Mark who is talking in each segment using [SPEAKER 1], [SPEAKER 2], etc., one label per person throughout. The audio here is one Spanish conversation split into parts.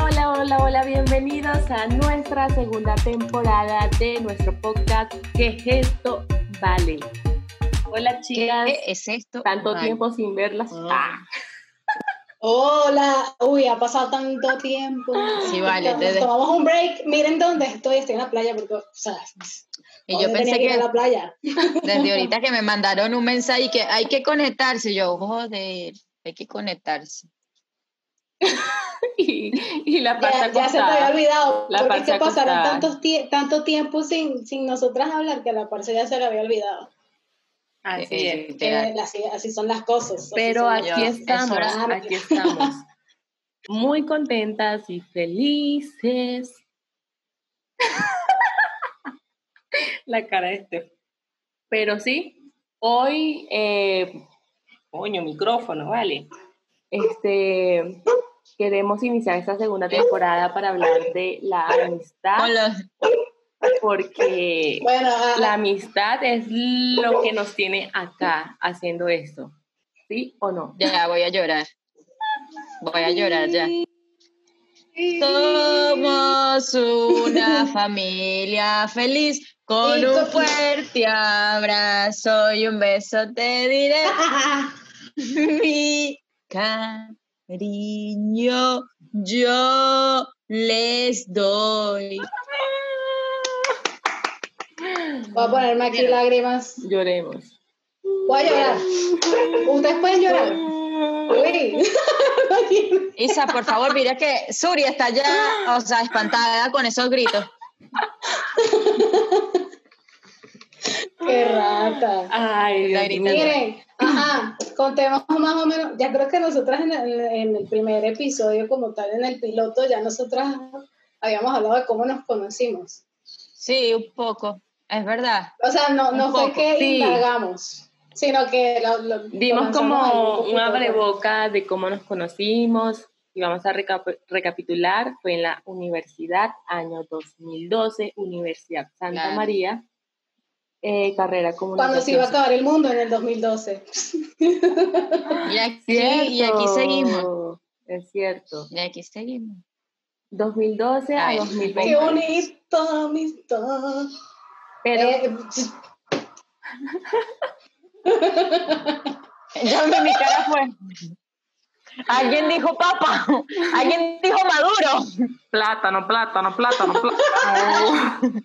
[SPEAKER 1] hola, hola, bienvenidos a nuestra segunda temporada de nuestro podcast ¿Qué gesto vale? Hola chicas,
[SPEAKER 2] ¿Qué es esto?
[SPEAKER 1] tanto
[SPEAKER 2] Vale.
[SPEAKER 1] tiempo sin verlas.
[SPEAKER 2] Mm.
[SPEAKER 1] Ah,
[SPEAKER 3] Hola, uy, ha pasado tanto tiempo.
[SPEAKER 2] Sí, vale,
[SPEAKER 3] Nos
[SPEAKER 2] desde-
[SPEAKER 3] tomamos un break. Miren dónde estoy, estoy en la playa porque, o sea,
[SPEAKER 2] Y yo
[SPEAKER 3] hoy
[SPEAKER 2] pensé
[SPEAKER 3] tenía ir a
[SPEAKER 2] que
[SPEAKER 3] la playa.
[SPEAKER 2] desde ahorita que me mandaron un mensaje que hay que conectarse, yo, joder, hay que conectarse.
[SPEAKER 1] y, y la
[SPEAKER 3] Ya,
[SPEAKER 1] parte
[SPEAKER 3] ya se te había olvidado
[SPEAKER 1] La
[SPEAKER 3] porque
[SPEAKER 1] parce
[SPEAKER 3] se pasaron
[SPEAKER 1] acostada.
[SPEAKER 3] tantos tie- tanto tiempo sin, sin nosotras hablar que a la parce ya se le había olvidado.
[SPEAKER 1] Así
[SPEAKER 2] Eh,
[SPEAKER 1] es.
[SPEAKER 3] Que
[SPEAKER 2] literal.
[SPEAKER 3] así, así son las cosas. así
[SPEAKER 1] Pero
[SPEAKER 3] son las
[SPEAKER 1] aquí
[SPEAKER 2] señora,
[SPEAKER 3] cosas.
[SPEAKER 2] es
[SPEAKER 1] estamos,
[SPEAKER 3] hora.
[SPEAKER 1] aquí estamos. Muy contentas y felices. La cara de este. Pero sí, hoy, eh, coño, micrófono, vale. Este, queremos iniciar esta segunda temporada para hablar de la amistad,
[SPEAKER 2] Con los-
[SPEAKER 1] porque
[SPEAKER 3] Bueno, ah,
[SPEAKER 1] la amistad es lo que nos tiene acá haciendo esto. ¿Sí o no?
[SPEAKER 2] ya voy a llorar. Voy a llorar ya. Somos una familia feliz con
[SPEAKER 3] Y
[SPEAKER 2] un
[SPEAKER 3] con-
[SPEAKER 2] fuerte abrazo y un beso te diré mi cariño yo les doy.
[SPEAKER 3] voy a ponerme aquí lágrimas.
[SPEAKER 1] Lloremos.
[SPEAKER 3] Voy a llorar. Ustedes pueden llorar. Uy.
[SPEAKER 2] Isa, por favor, mira que Suri está ya, o sea, espantada con esos gritos.
[SPEAKER 3] Qué rata.
[SPEAKER 1] Ah. Ay, Dios
[SPEAKER 2] Lagrita.
[SPEAKER 1] mío.
[SPEAKER 3] Miren, ajá, contemos más o menos, ya creo que nosotras en el, en el primer episodio como tal, en el piloto, ya nosotras habíamos hablado de cómo nos conocimos.
[SPEAKER 2] Sí, un poco, es verdad.
[SPEAKER 3] O sea, no, no
[SPEAKER 2] Un
[SPEAKER 3] fue
[SPEAKER 2] poco,
[SPEAKER 3] que
[SPEAKER 1] sí.
[SPEAKER 3] indagamos, sino que lo, lo-
[SPEAKER 1] Dimos
[SPEAKER 3] lo lanzamos
[SPEAKER 1] como
[SPEAKER 3] ahí un
[SPEAKER 1] un
[SPEAKER 3] poquito.
[SPEAKER 1] abreboca de cómo nos conocimos y vamos a recap- recapitular. Fue en la universidad, año 2012, Universidad Santa
[SPEAKER 2] Claro.
[SPEAKER 1] María, eh, carrera comunicación.
[SPEAKER 3] Cuando se iba a acabar el mundo en el 2012.
[SPEAKER 2] Y aquí,
[SPEAKER 1] Cierto,
[SPEAKER 2] y aquí seguimos.
[SPEAKER 1] Es cierto.
[SPEAKER 2] Y aquí seguimos.
[SPEAKER 1] 2012 a
[SPEAKER 2] Ay,
[SPEAKER 3] Qué
[SPEAKER 1] 2020.
[SPEAKER 3] bonito, amistad.
[SPEAKER 1] Pero
[SPEAKER 3] Eh,
[SPEAKER 2] Yo mi, mi cara fue. Alguien dijo papa, alguien dijo maduro,
[SPEAKER 1] plátano, plátano, plátano, plátano.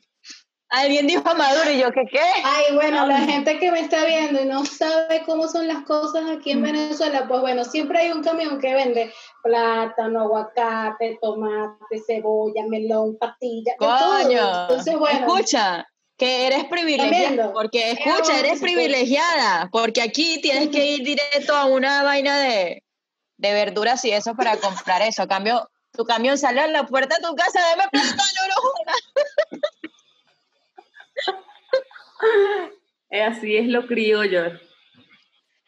[SPEAKER 2] alguien dijo maduro y yo que qué.
[SPEAKER 3] Ay, bueno, la gente que me está viendo y no sabe cómo son las cosas aquí
[SPEAKER 2] Mm.
[SPEAKER 3] en Venezuela, pues bueno, siempre hay un camión que vende plátano, aguacate, tomate, cebolla, melón, patilla, de todo.
[SPEAKER 2] Coño.
[SPEAKER 3] Entonces, bueno,
[SPEAKER 2] Escucha, que eres privilegiada,
[SPEAKER 3] Tremendo.
[SPEAKER 2] porque escucha,
[SPEAKER 3] Era
[SPEAKER 2] eres
[SPEAKER 3] un-
[SPEAKER 2] privilegiada, porque aquí tienes que ir directo a una vaina de, de verduras y eso para comprar eso. A cambio, tu camión salió en la puerta de tu casa, dame plátano, no jodas.
[SPEAKER 1] Eh, Así es lo criollo.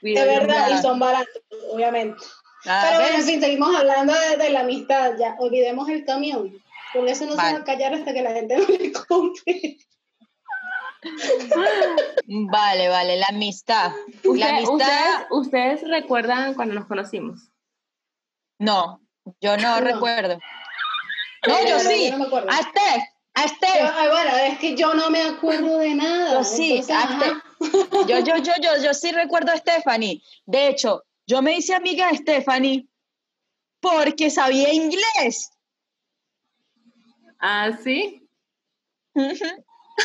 [SPEAKER 3] de verdad, y son baratos, obviamente.
[SPEAKER 2] Ah,
[SPEAKER 3] Pero bueno, en
[SPEAKER 2] ¿ves?
[SPEAKER 3] fin, seguimos hablando de, de la amistad, ya, olvidemos el camión. Con eso no
[SPEAKER 2] Vale. Eh.
[SPEAKER 3] se va a callar hasta que la gente no le compre.
[SPEAKER 2] Vale, vale, la amistad.
[SPEAKER 1] Usted-
[SPEAKER 2] la amistad,
[SPEAKER 1] ustedes, ustedes recuerdan cuando nos conocimos?
[SPEAKER 2] no, yo no,
[SPEAKER 3] No.
[SPEAKER 2] recuerdo. No,
[SPEAKER 3] Pero
[SPEAKER 2] yo sí.
[SPEAKER 3] no me acuerdo.
[SPEAKER 2] A Steph, a Steph.
[SPEAKER 3] Yo- ay, bueno, es que yo no me acuerdo de nada.
[SPEAKER 2] Yo Pues sí,
[SPEAKER 3] entonces,
[SPEAKER 2] a
[SPEAKER 3] ajá.
[SPEAKER 2] Ste- yo, yo, yo, yo, yo sí recuerdo a Stephanie. De hecho, yo me hice amiga de Stephanie porque sabía inglés.
[SPEAKER 1] Ah, sí.
[SPEAKER 2] Ujú.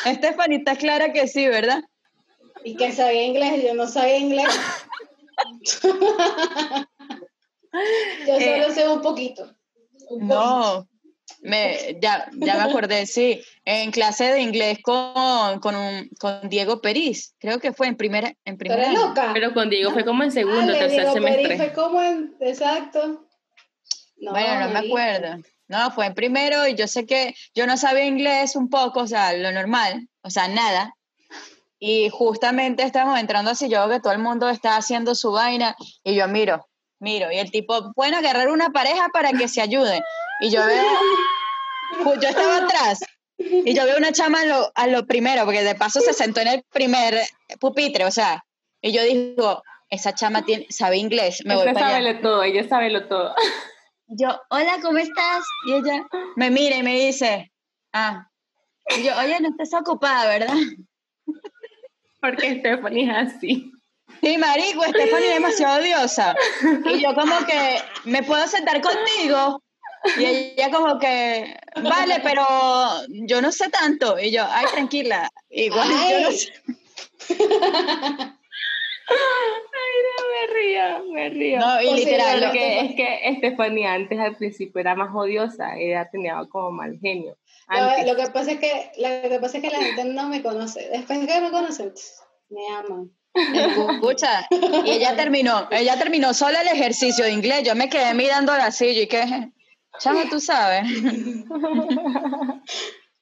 [SPEAKER 2] Stephanie, está clara que sí, ¿verdad?
[SPEAKER 3] Y que sabía inglés, yo no sabía inglés. yo solo
[SPEAKER 1] Eh,
[SPEAKER 3] sé un poquito. un poquito.
[SPEAKER 2] No, me, ya, ya me acordé, sí. En clase de inglés con, con, un- con Diego Peris, creo que fue en primera. En
[SPEAKER 3] ¿Tú
[SPEAKER 2] primera.
[SPEAKER 3] eres loca?
[SPEAKER 1] Pero contigo fue como en segundo,
[SPEAKER 3] Dale,
[SPEAKER 1] tercer
[SPEAKER 3] digo,
[SPEAKER 1] semestre.
[SPEAKER 3] Peri, fue como en, exacto. No,
[SPEAKER 2] bueno, no me
[SPEAKER 3] marica.
[SPEAKER 2] acuerdo. No, fue en primero y yo sé que yo no sabía inglés un poco, o sea, lo normal, o sea, nada. Y justamente estamos entrando así, yo veo que todo el mundo está haciendo su vaina y yo miro, miro, y el tipo, pueden agarrar una pareja para que se ayuden. Y yo veo, ju- yo estaba atrás y yo veo una chama a lo, a lo primero, porque de paso se sentó en el primer pupitre, o sea, y yo digo, esa chama tiene, sabe inglés, me voy
[SPEAKER 1] Ella
[SPEAKER 2] para allá.
[SPEAKER 1] sabe lo todo, ella sabe lo todo.
[SPEAKER 2] Yo, hola, ¿cómo estás? Y ella me mira y me dice, ah. Y yo, oye, no estás ocupada, ¿verdad?
[SPEAKER 1] Porque Stephanie es así.
[SPEAKER 2] Sí, marico, Stephanie es demasiado odiosa. Y yo como que, ¿me puedo sentar contigo? Y ella como que, vale, pero yo no sé tanto. Y yo, ay, tranquila, igual yo no sé.
[SPEAKER 1] Ay, no, me río, me río.
[SPEAKER 2] No, y
[SPEAKER 3] O sea,
[SPEAKER 2] literal,
[SPEAKER 3] lo
[SPEAKER 2] lo que-
[SPEAKER 1] Porque es que Estefanía antes al principio era más odiosa, ella tenía como mal genio. Antes.
[SPEAKER 3] Lo, lo que pasa es que, lo que pasa es que la gente no me conoce. Después que me conocen, me aman.
[SPEAKER 2] escucha, y ella terminó, ella terminó sola el ejercicio de inglés, yo me quedé mirando la silla y que, chama, tú sabes.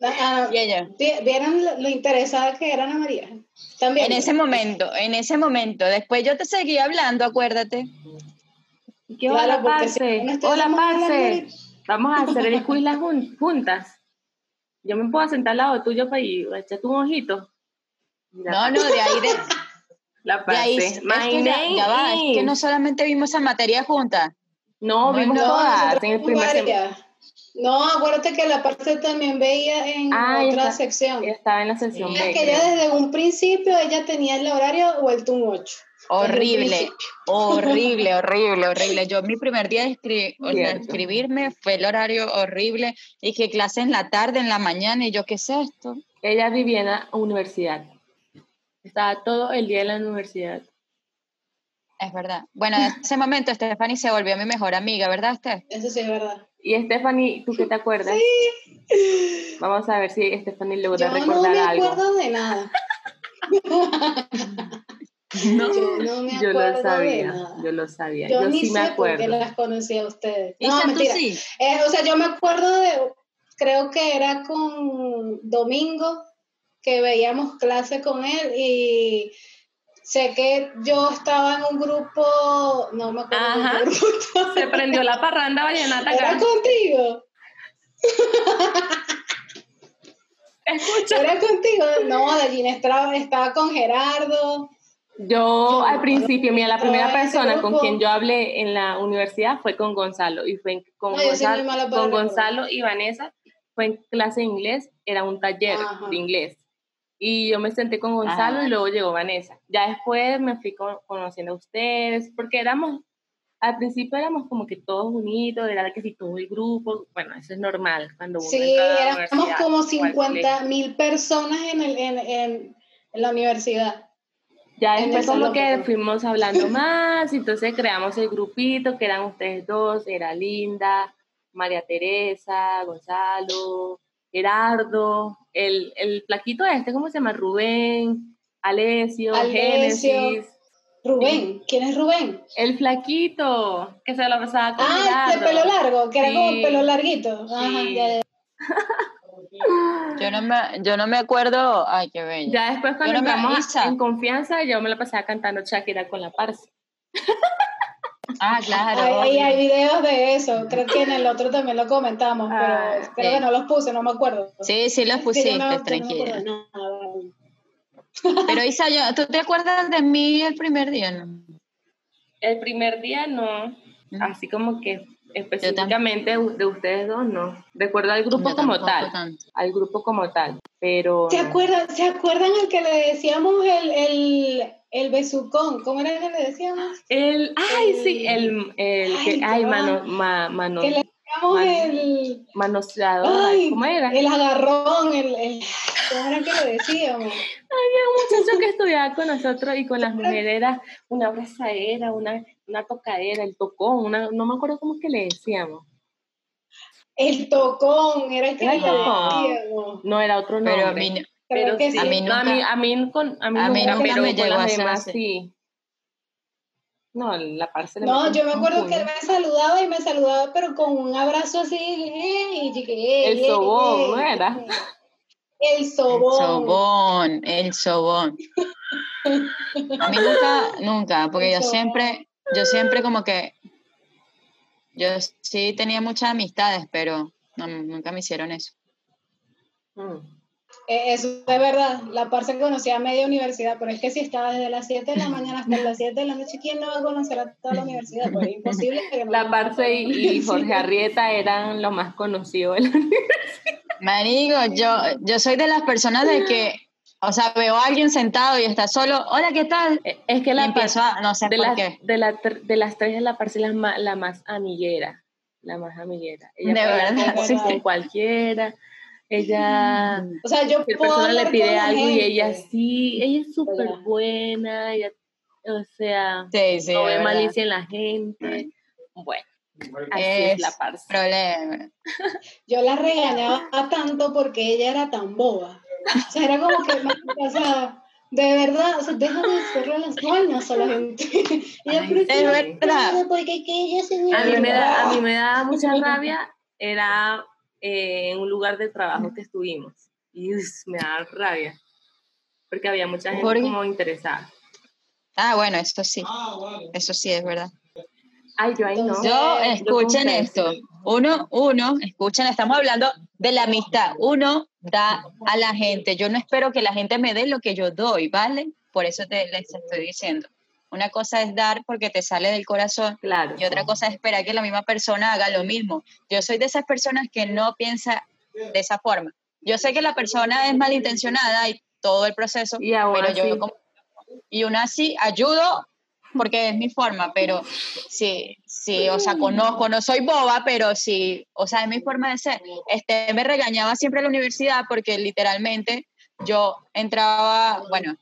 [SPEAKER 3] Ah,
[SPEAKER 2] Y ella,
[SPEAKER 3] vi- ¿Vieron lo, lo interesada que era Ana María? También.
[SPEAKER 2] en ese momento, en ese momento, después yo te seguí hablando, acuérdate.
[SPEAKER 1] ¿Qué
[SPEAKER 3] Claro,
[SPEAKER 1] hola,
[SPEAKER 3] porque si
[SPEAKER 1] Parce?
[SPEAKER 3] no estoy
[SPEAKER 1] hola,
[SPEAKER 3] llamando a la
[SPEAKER 1] Parce.
[SPEAKER 3] mujer.
[SPEAKER 1] Vamos a hacer el quiz las jun- juntas. Yo me puedo sentar al lado tuyo para ir echarte un ojito. Mira,
[SPEAKER 2] No, no, de ahí, de,
[SPEAKER 1] la
[SPEAKER 2] de
[SPEAKER 1] Parce.
[SPEAKER 2] ahí, es
[SPEAKER 1] My
[SPEAKER 2] que ya-
[SPEAKER 1] name
[SPEAKER 2] ya va, es que
[SPEAKER 1] is-
[SPEAKER 2] no solamente vimos esa materia juntas.
[SPEAKER 1] No,
[SPEAKER 2] no,
[SPEAKER 1] vimos
[SPEAKER 2] no,
[SPEAKER 1] todas
[SPEAKER 3] nosotros
[SPEAKER 1] en el
[SPEAKER 3] vimos
[SPEAKER 1] primer semestre.
[SPEAKER 3] varias. No, acuérdate que la parte también veía en
[SPEAKER 1] Ah, ya
[SPEAKER 3] otra
[SPEAKER 1] está.
[SPEAKER 3] sección.
[SPEAKER 1] Ella estaba en la sección
[SPEAKER 2] Sí,
[SPEAKER 1] B.
[SPEAKER 3] Es que
[SPEAKER 1] creo.
[SPEAKER 3] ella desde un principio ella tenía el horario o el TUM 8.
[SPEAKER 2] Horrible, horrible, horrible, horrible. Yo mi primer día de, escri- o sea,
[SPEAKER 1] Cierto.
[SPEAKER 2] inscribirme fue el horario horrible y que clase en la tarde, en la mañana y yo qué es esto.
[SPEAKER 1] Ella vivía en la universidad. Estaba todo el día en la universidad.
[SPEAKER 2] Es verdad. Bueno, en ese momento Stephanie se volvió mi mejor amiga, ¿verdad, Steph?
[SPEAKER 3] Eso sí es verdad.
[SPEAKER 1] Y Stephanie, ¿tú qué te acuerdas? Vamos a ver si Stephanie logra
[SPEAKER 3] Yo no
[SPEAKER 1] recordar
[SPEAKER 3] me
[SPEAKER 1] algo.
[SPEAKER 3] acuerdo de nada. Yo no me
[SPEAKER 1] yo
[SPEAKER 3] acuerdo
[SPEAKER 1] lo
[SPEAKER 3] de
[SPEAKER 1] sabía,
[SPEAKER 3] nada.
[SPEAKER 1] yo lo sabía.
[SPEAKER 3] Yo
[SPEAKER 1] Yo
[SPEAKER 3] ni
[SPEAKER 1] sí me
[SPEAKER 3] sé por qué
[SPEAKER 1] acuerdo.
[SPEAKER 3] las conocí a ustedes.
[SPEAKER 2] Isa,
[SPEAKER 3] No,
[SPEAKER 2] tú
[SPEAKER 3] mentira.
[SPEAKER 2] sí.
[SPEAKER 3] Eh, o sea, yo me acuerdo de, creo que era con Domingo, que veíamos clase con él y sé que yo estaba en un grupo, no me acuerdo. de
[SPEAKER 1] Ajá.
[SPEAKER 3] qué grupo estaba.
[SPEAKER 1] Se prendió la parranda vallenata
[SPEAKER 3] Era
[SPEAKER 1] acá.
[SPEAKER 3] contigo,
[SPEAKER 1] Escucha.
[SPEAKER 3] era contigo. No, de Gina estaba, estaba con Gerardo.
[SPEAKER 1] Yo al principio, mira, la primera
[SPEAKER 3] Ay,
[SPEAKER 1] persona
[SPEAKER 3] qué
[SPEAKER 1] con
[SPEAKER 3] loco.
[SPEAKER 1] quien yo hablé en la universidad fue con Gonzalo. Y fue en- con,
[SPEAKER 3] No, yo soy muy
[SPEAKER 1] Gonzalo,
[SPEAKER 3] mala para
[SPEAKER 1] con
[SPEAKER 3] recordar.
[SPEAKER 1] Gonzalo y Vanessa fue en clase de inglés, era un taller
[SPEAKER 3] Ajá. Ah.
[SPEAKER 1] de inglés. Y yo me senté con Gonzalo
[SPEAKER 2] Ajá.
[SPEAKER 1] y luego llegó Vanessa. Ya después me fui con- conociendo a ustedes, porque éramos, al principio éramos como que todos unidos, era que si todo el grupo, bueno, eso es normal cuando uno
[SPEAKER 3] Sí,
[SPEAKER 1] entra a la
[SPEAKER 3] éramos
[SPEAKER 1] universidad o
[SPEAKER 3] como
[SPEAKER 1] al colegio.
[SPEAKER 3] 50 mil personas en, el, en, en- en la universidad.
[SPEAKER 1] Ya
[SPEAKER 3] En
[SPEAKER 1] después
[SPEAKER 3] el
[SPEAKER 1] como
[SPEAKER 3] salón,
[SPEAKER 1] que
[SPEAKER 3] perdón.
[SPEAKER 1] fuimos hablando más, y entonces creamos el grupito, que eran ustedes dos, era Linda, María Teresa, Gonzalo, Gerardo, el, el plaquito este, ¿cómo se llama? Rubén, Alesio,
[SPEAKER 3] Alesio.
[SPEAKER 1] Génesis,
[SPEAKER 3] Rubén, ¿quién es Rubén?
[SPEAKER 1] el flaquito, que se lo pasaba con
[SPEAKER 3] Ah, el de pelo
[SPEAKER 1] Gerardo.
[SPEAKER 3] largo, que era como
[SPEAKER 1] Sí.
[SPEAKER 3] pelo larguito. Ajá,
[SPEAKER 1] Sí.
[SPEAKER 3] ya, ya.
[SPEAKER 2] Yo no me, yo no me acuerdo. Ay, qué bello.
[SPEAKER 1] Ya después cuando
[SPEAKER 2] Yo no me-
[SPEAKER 1] entramos
[SPEAKER 2] Isa.
[SPEAKER 1] en confianza, yo me la pasaba cantando Shakira con la parce.
[SPEAKER 2] Ah, claro.
[SPEAKER 3] Hay, hay- hay videos de eso, creo que en el otro también lo comentamos,
[SPEAKER 1] Ah,
[SPEAKER 3] pero creo
[SPEAKER 2] sí.
[SPEAKER 3] que no los puse, no me acuerdo.
[SPEAKER 2] Sí, sí los
[SPEAKER 3] Es que
[SPEAKER 2] pusiste,
[SPEAKER 3] yo no- yo no me
[SPEAKER 2] tranquila.
[SPEAKER 3] acuerdo nada.
[SPEAKER 2] Pero Isa, yo- ¿tú te acuerdas de mí el primer día? no?
[SPEAKER 1] El primer día no,
[SPEAKER 2] Ujú.
[SPEAKER 1] así como que específicamente u- de ustedes dos no. Recuerdo al grupo
[SPEAKER 2] Yo
[SPEAKER 1] como
[SPEAKER 2] tampoco
[SPEAKER 1] tal,
[SPEAKER 2] tanto.
[SPEAKER 1] al grupo como tal, pero
[SPEAKER 3] ¿Se
[SPEAKER 1] no.
[SPEAKER 3] acuerdan, ¿Se acuerdan el que le decíamos el, el, el besucón? ¿Cómo era que le decíamos?
[SPEAKER 1] el, ay sí, el, el
[SPEAKER 3] Ay,
[SPEAKER 1] que,
[SPEAKER 3] ya
[SPEAKER 1] ay
[SPEAKER 3] va.
[SPEAKER 1] mano, ma- mano,
[SPEAKER 3] Que le decíamos
[SPEAKER 1] Manu.
[SPEAKER 3] el,
[SPEAKER 1] manoseador,
[SPEAKER 3] Ay,
[SPEAKER 1] ¿cómo era?
[SPEAKER 3] el agarrón, el, el- ¿cómo era que le decíamos?
[SPEAKER 1] Había un muchacho que estudiaba con nosotros y con las mujeres era una abrazadera, una, una tocadera, el tocón, una, no me acuerdo cómo es que le decíamos.
[SPEAKER 3] El tocón, era el que
[SPEAKER 1] Era el
[SPEAKER 3] le
[SPEAKER 1] tocón.
[SPEAKER 3] decíamos.
[SPEAKER 1] No era otro nombre.
[SPEAKER 2] Pero a mí, no-
[SPEAKER 3] Creo
[SPEAKER 1] Pero
[SPEAKER 3] que
[SPEAKER 1] sí,
[SPEAKER 3] sí.
[SPEAKER 2] a mí
[SPEAKER 1] no, a mí,
[SPEAKER 2] nunca-
[SPEAKER 1] a mí, con, a mí
[SPEAKER 2] a mí
[SPEAKER 1] nunca,
[SPEAKER 3] nunca
[SPEAKER 1] pero
[SPEAKER 2] me
[SPEAKER 1] con
[SPEAKER 2] llegó
[SPEAKER 1] las
[SPEAKER 2] a ser
[SPEAKER 1] demás
[SPEAKER 2] así.
[SPEAKER 1] sí. No, la parte de
[SPEAKER 3] No, yo me acuerdo que él me saludaba y me saludaba, pero con un abrazo así, ¡eh! y yo que, ¡eh!
[SPEAKER 1] El
[SPEAKER 3] ¡eh!
[SPEAKER 1] sobón,
[SPEAKER 3] ¡eh!
[SPEAKER 1] ¿no era?
[SPEAKER 3] El sobón.
[SPEAKER 2] Sobón, el sobón. A mí nunca, nunca, porque
[SPEAKER 3] El
[SPEAKER 2] yo
[SPEAKER 3] sobón.
[SPEAKER 2] siempre, yo siempre como que, yo sí
[SPEAKER 1] Mm.
[SPEAKER 2] tenía muchas amistades, pero no, nunca me hicieron eso.
[SPEAKER 3] Eh, Eso es verdad, la parce conocía a media universidad, pero es que si estaba desde las 7 de la mañana hasta las 7 de la noche, ¿quién no va a conocer a toda la universidad? Pues es imposible que no
[SPEAKER 1] La Parce y, y Jorge Arrieta eran los más conocidos. de la-
[SPEAKER 2] Marico, yo, yo soy de las personas de que, o sea, veo a alguien sentado y está solo, hola, ¿qué tal?
[SPEAKER 1] Eh, Es que
[SPEAKER 2] Y
[SPEAKER 1] la
[SPEAKER 2] empiezo a, no sé
[SPEAKER 1] de,
[SPEAKER 2] por
[SPEAKER 1] las-
[SPEAKER 2] qué.
[SPEAKER 1] de, la tr- de las tres es la Parce la más, la más amiguera. La más amiguera.
[SPEAKER 2] De
[SPEAKER 1] puede hablar
[SPEAKER 2] verdad,
[SPEAKER 1] con,
[SPEAKER 3] sí.
[SPEAKER 1] con cualquiera. Ella.
[SPEAKER 3] O sea, yo
[SPEAKER 1] que la
[SPEAKER 3] puedo
[SPEAKER 1] persona le
[SPEAKER 3] hablar
[SPEAKER 1] pide
[SPEAKER 3] con la
[SPEAKER 1] algo y
[SPEAKER 3] gente.
[SPEAKER 1] ella sí, ella es súper
[SPEAKER 3] ¿Verdad?
[SPEAKER 1] buena, ella, o sea,
[SPEAKER 2] Sí, sí,
[SPEAKER 1] no
[SPEAKER 2] de
[SPEAKER 1] ve
[SPEAKER 2] verdad.
[SPEAKER 1] malicia en la gente. Bueno, así es,
[SPEAKER 2] Es
[SPEAKER 1] la parce.
[SPEAKER 2] Problema.
[SPEAKER 3] Yo la regañaba tanto porque ella era tan boba. O sea, era como que, o sea, de verdad, o sea, déjame de cerrar las vainas a la gente. Y ella,
[SPEAKER 1] Ay,
[SPEAKER 3] pero
[SPEAKER 1] es
[SPEAKER 3] que-
[SPEAKER 2] verdad.
[SPEAKER 3] pero Porque que ella se
[SPEAKER 1] A mí me da, a mí me da mucha rabia, era eh, en un lugar de trabajo que estuvimos. Y uy, me da rabia. Porque había mucha gente
[SPEAKER 2] ¿Por qué?
[SPEAKER 1] como interesada.
[SPEAKER 2] Ah, bueno, eso sí. Eso sí es verdad.
[SPEAKER 1] Ay, yo ahí no.
[SPEAKER 3] Entonces,
[SPEAKER 2] Yo,
[SPEAKER 3] Eh,
[SPEAKER 1] yo con
[SPEAKER 2] escuchen
[SPEAKER 1] ustedes,
[SPEAKER 2] esto. Uno, uno, escuchen, estamos hablando de la amistad. Uno da a la gente. Yo no espero que la gente me dé lo que yo doy, ¿vale? Por eso te les estoy diciendo. Una cosa es dar porque te sale del corazón
[SPEAKER 1] Claro.
[SPEAKER 2] y otra cosa es esperar que la misma persona haga lo mismo. Yo soy de esas personas que no piensa de esa forma. Yo sé que la persona es malintencionada y todo el proceso,
[SPEAKER 1] Y aún
[SPEAKER 2] pero yo
[SPEAKER 1] así.
[SPEAKER 2] como- y aún así ayudo porque es mi forma, pero sí, sí, o sea, conozco, no soy boba, pero sí, o sea, es mi forma de ser. Este, me regañaba siempre en la universidad porque literalmente yo entraba, bueno,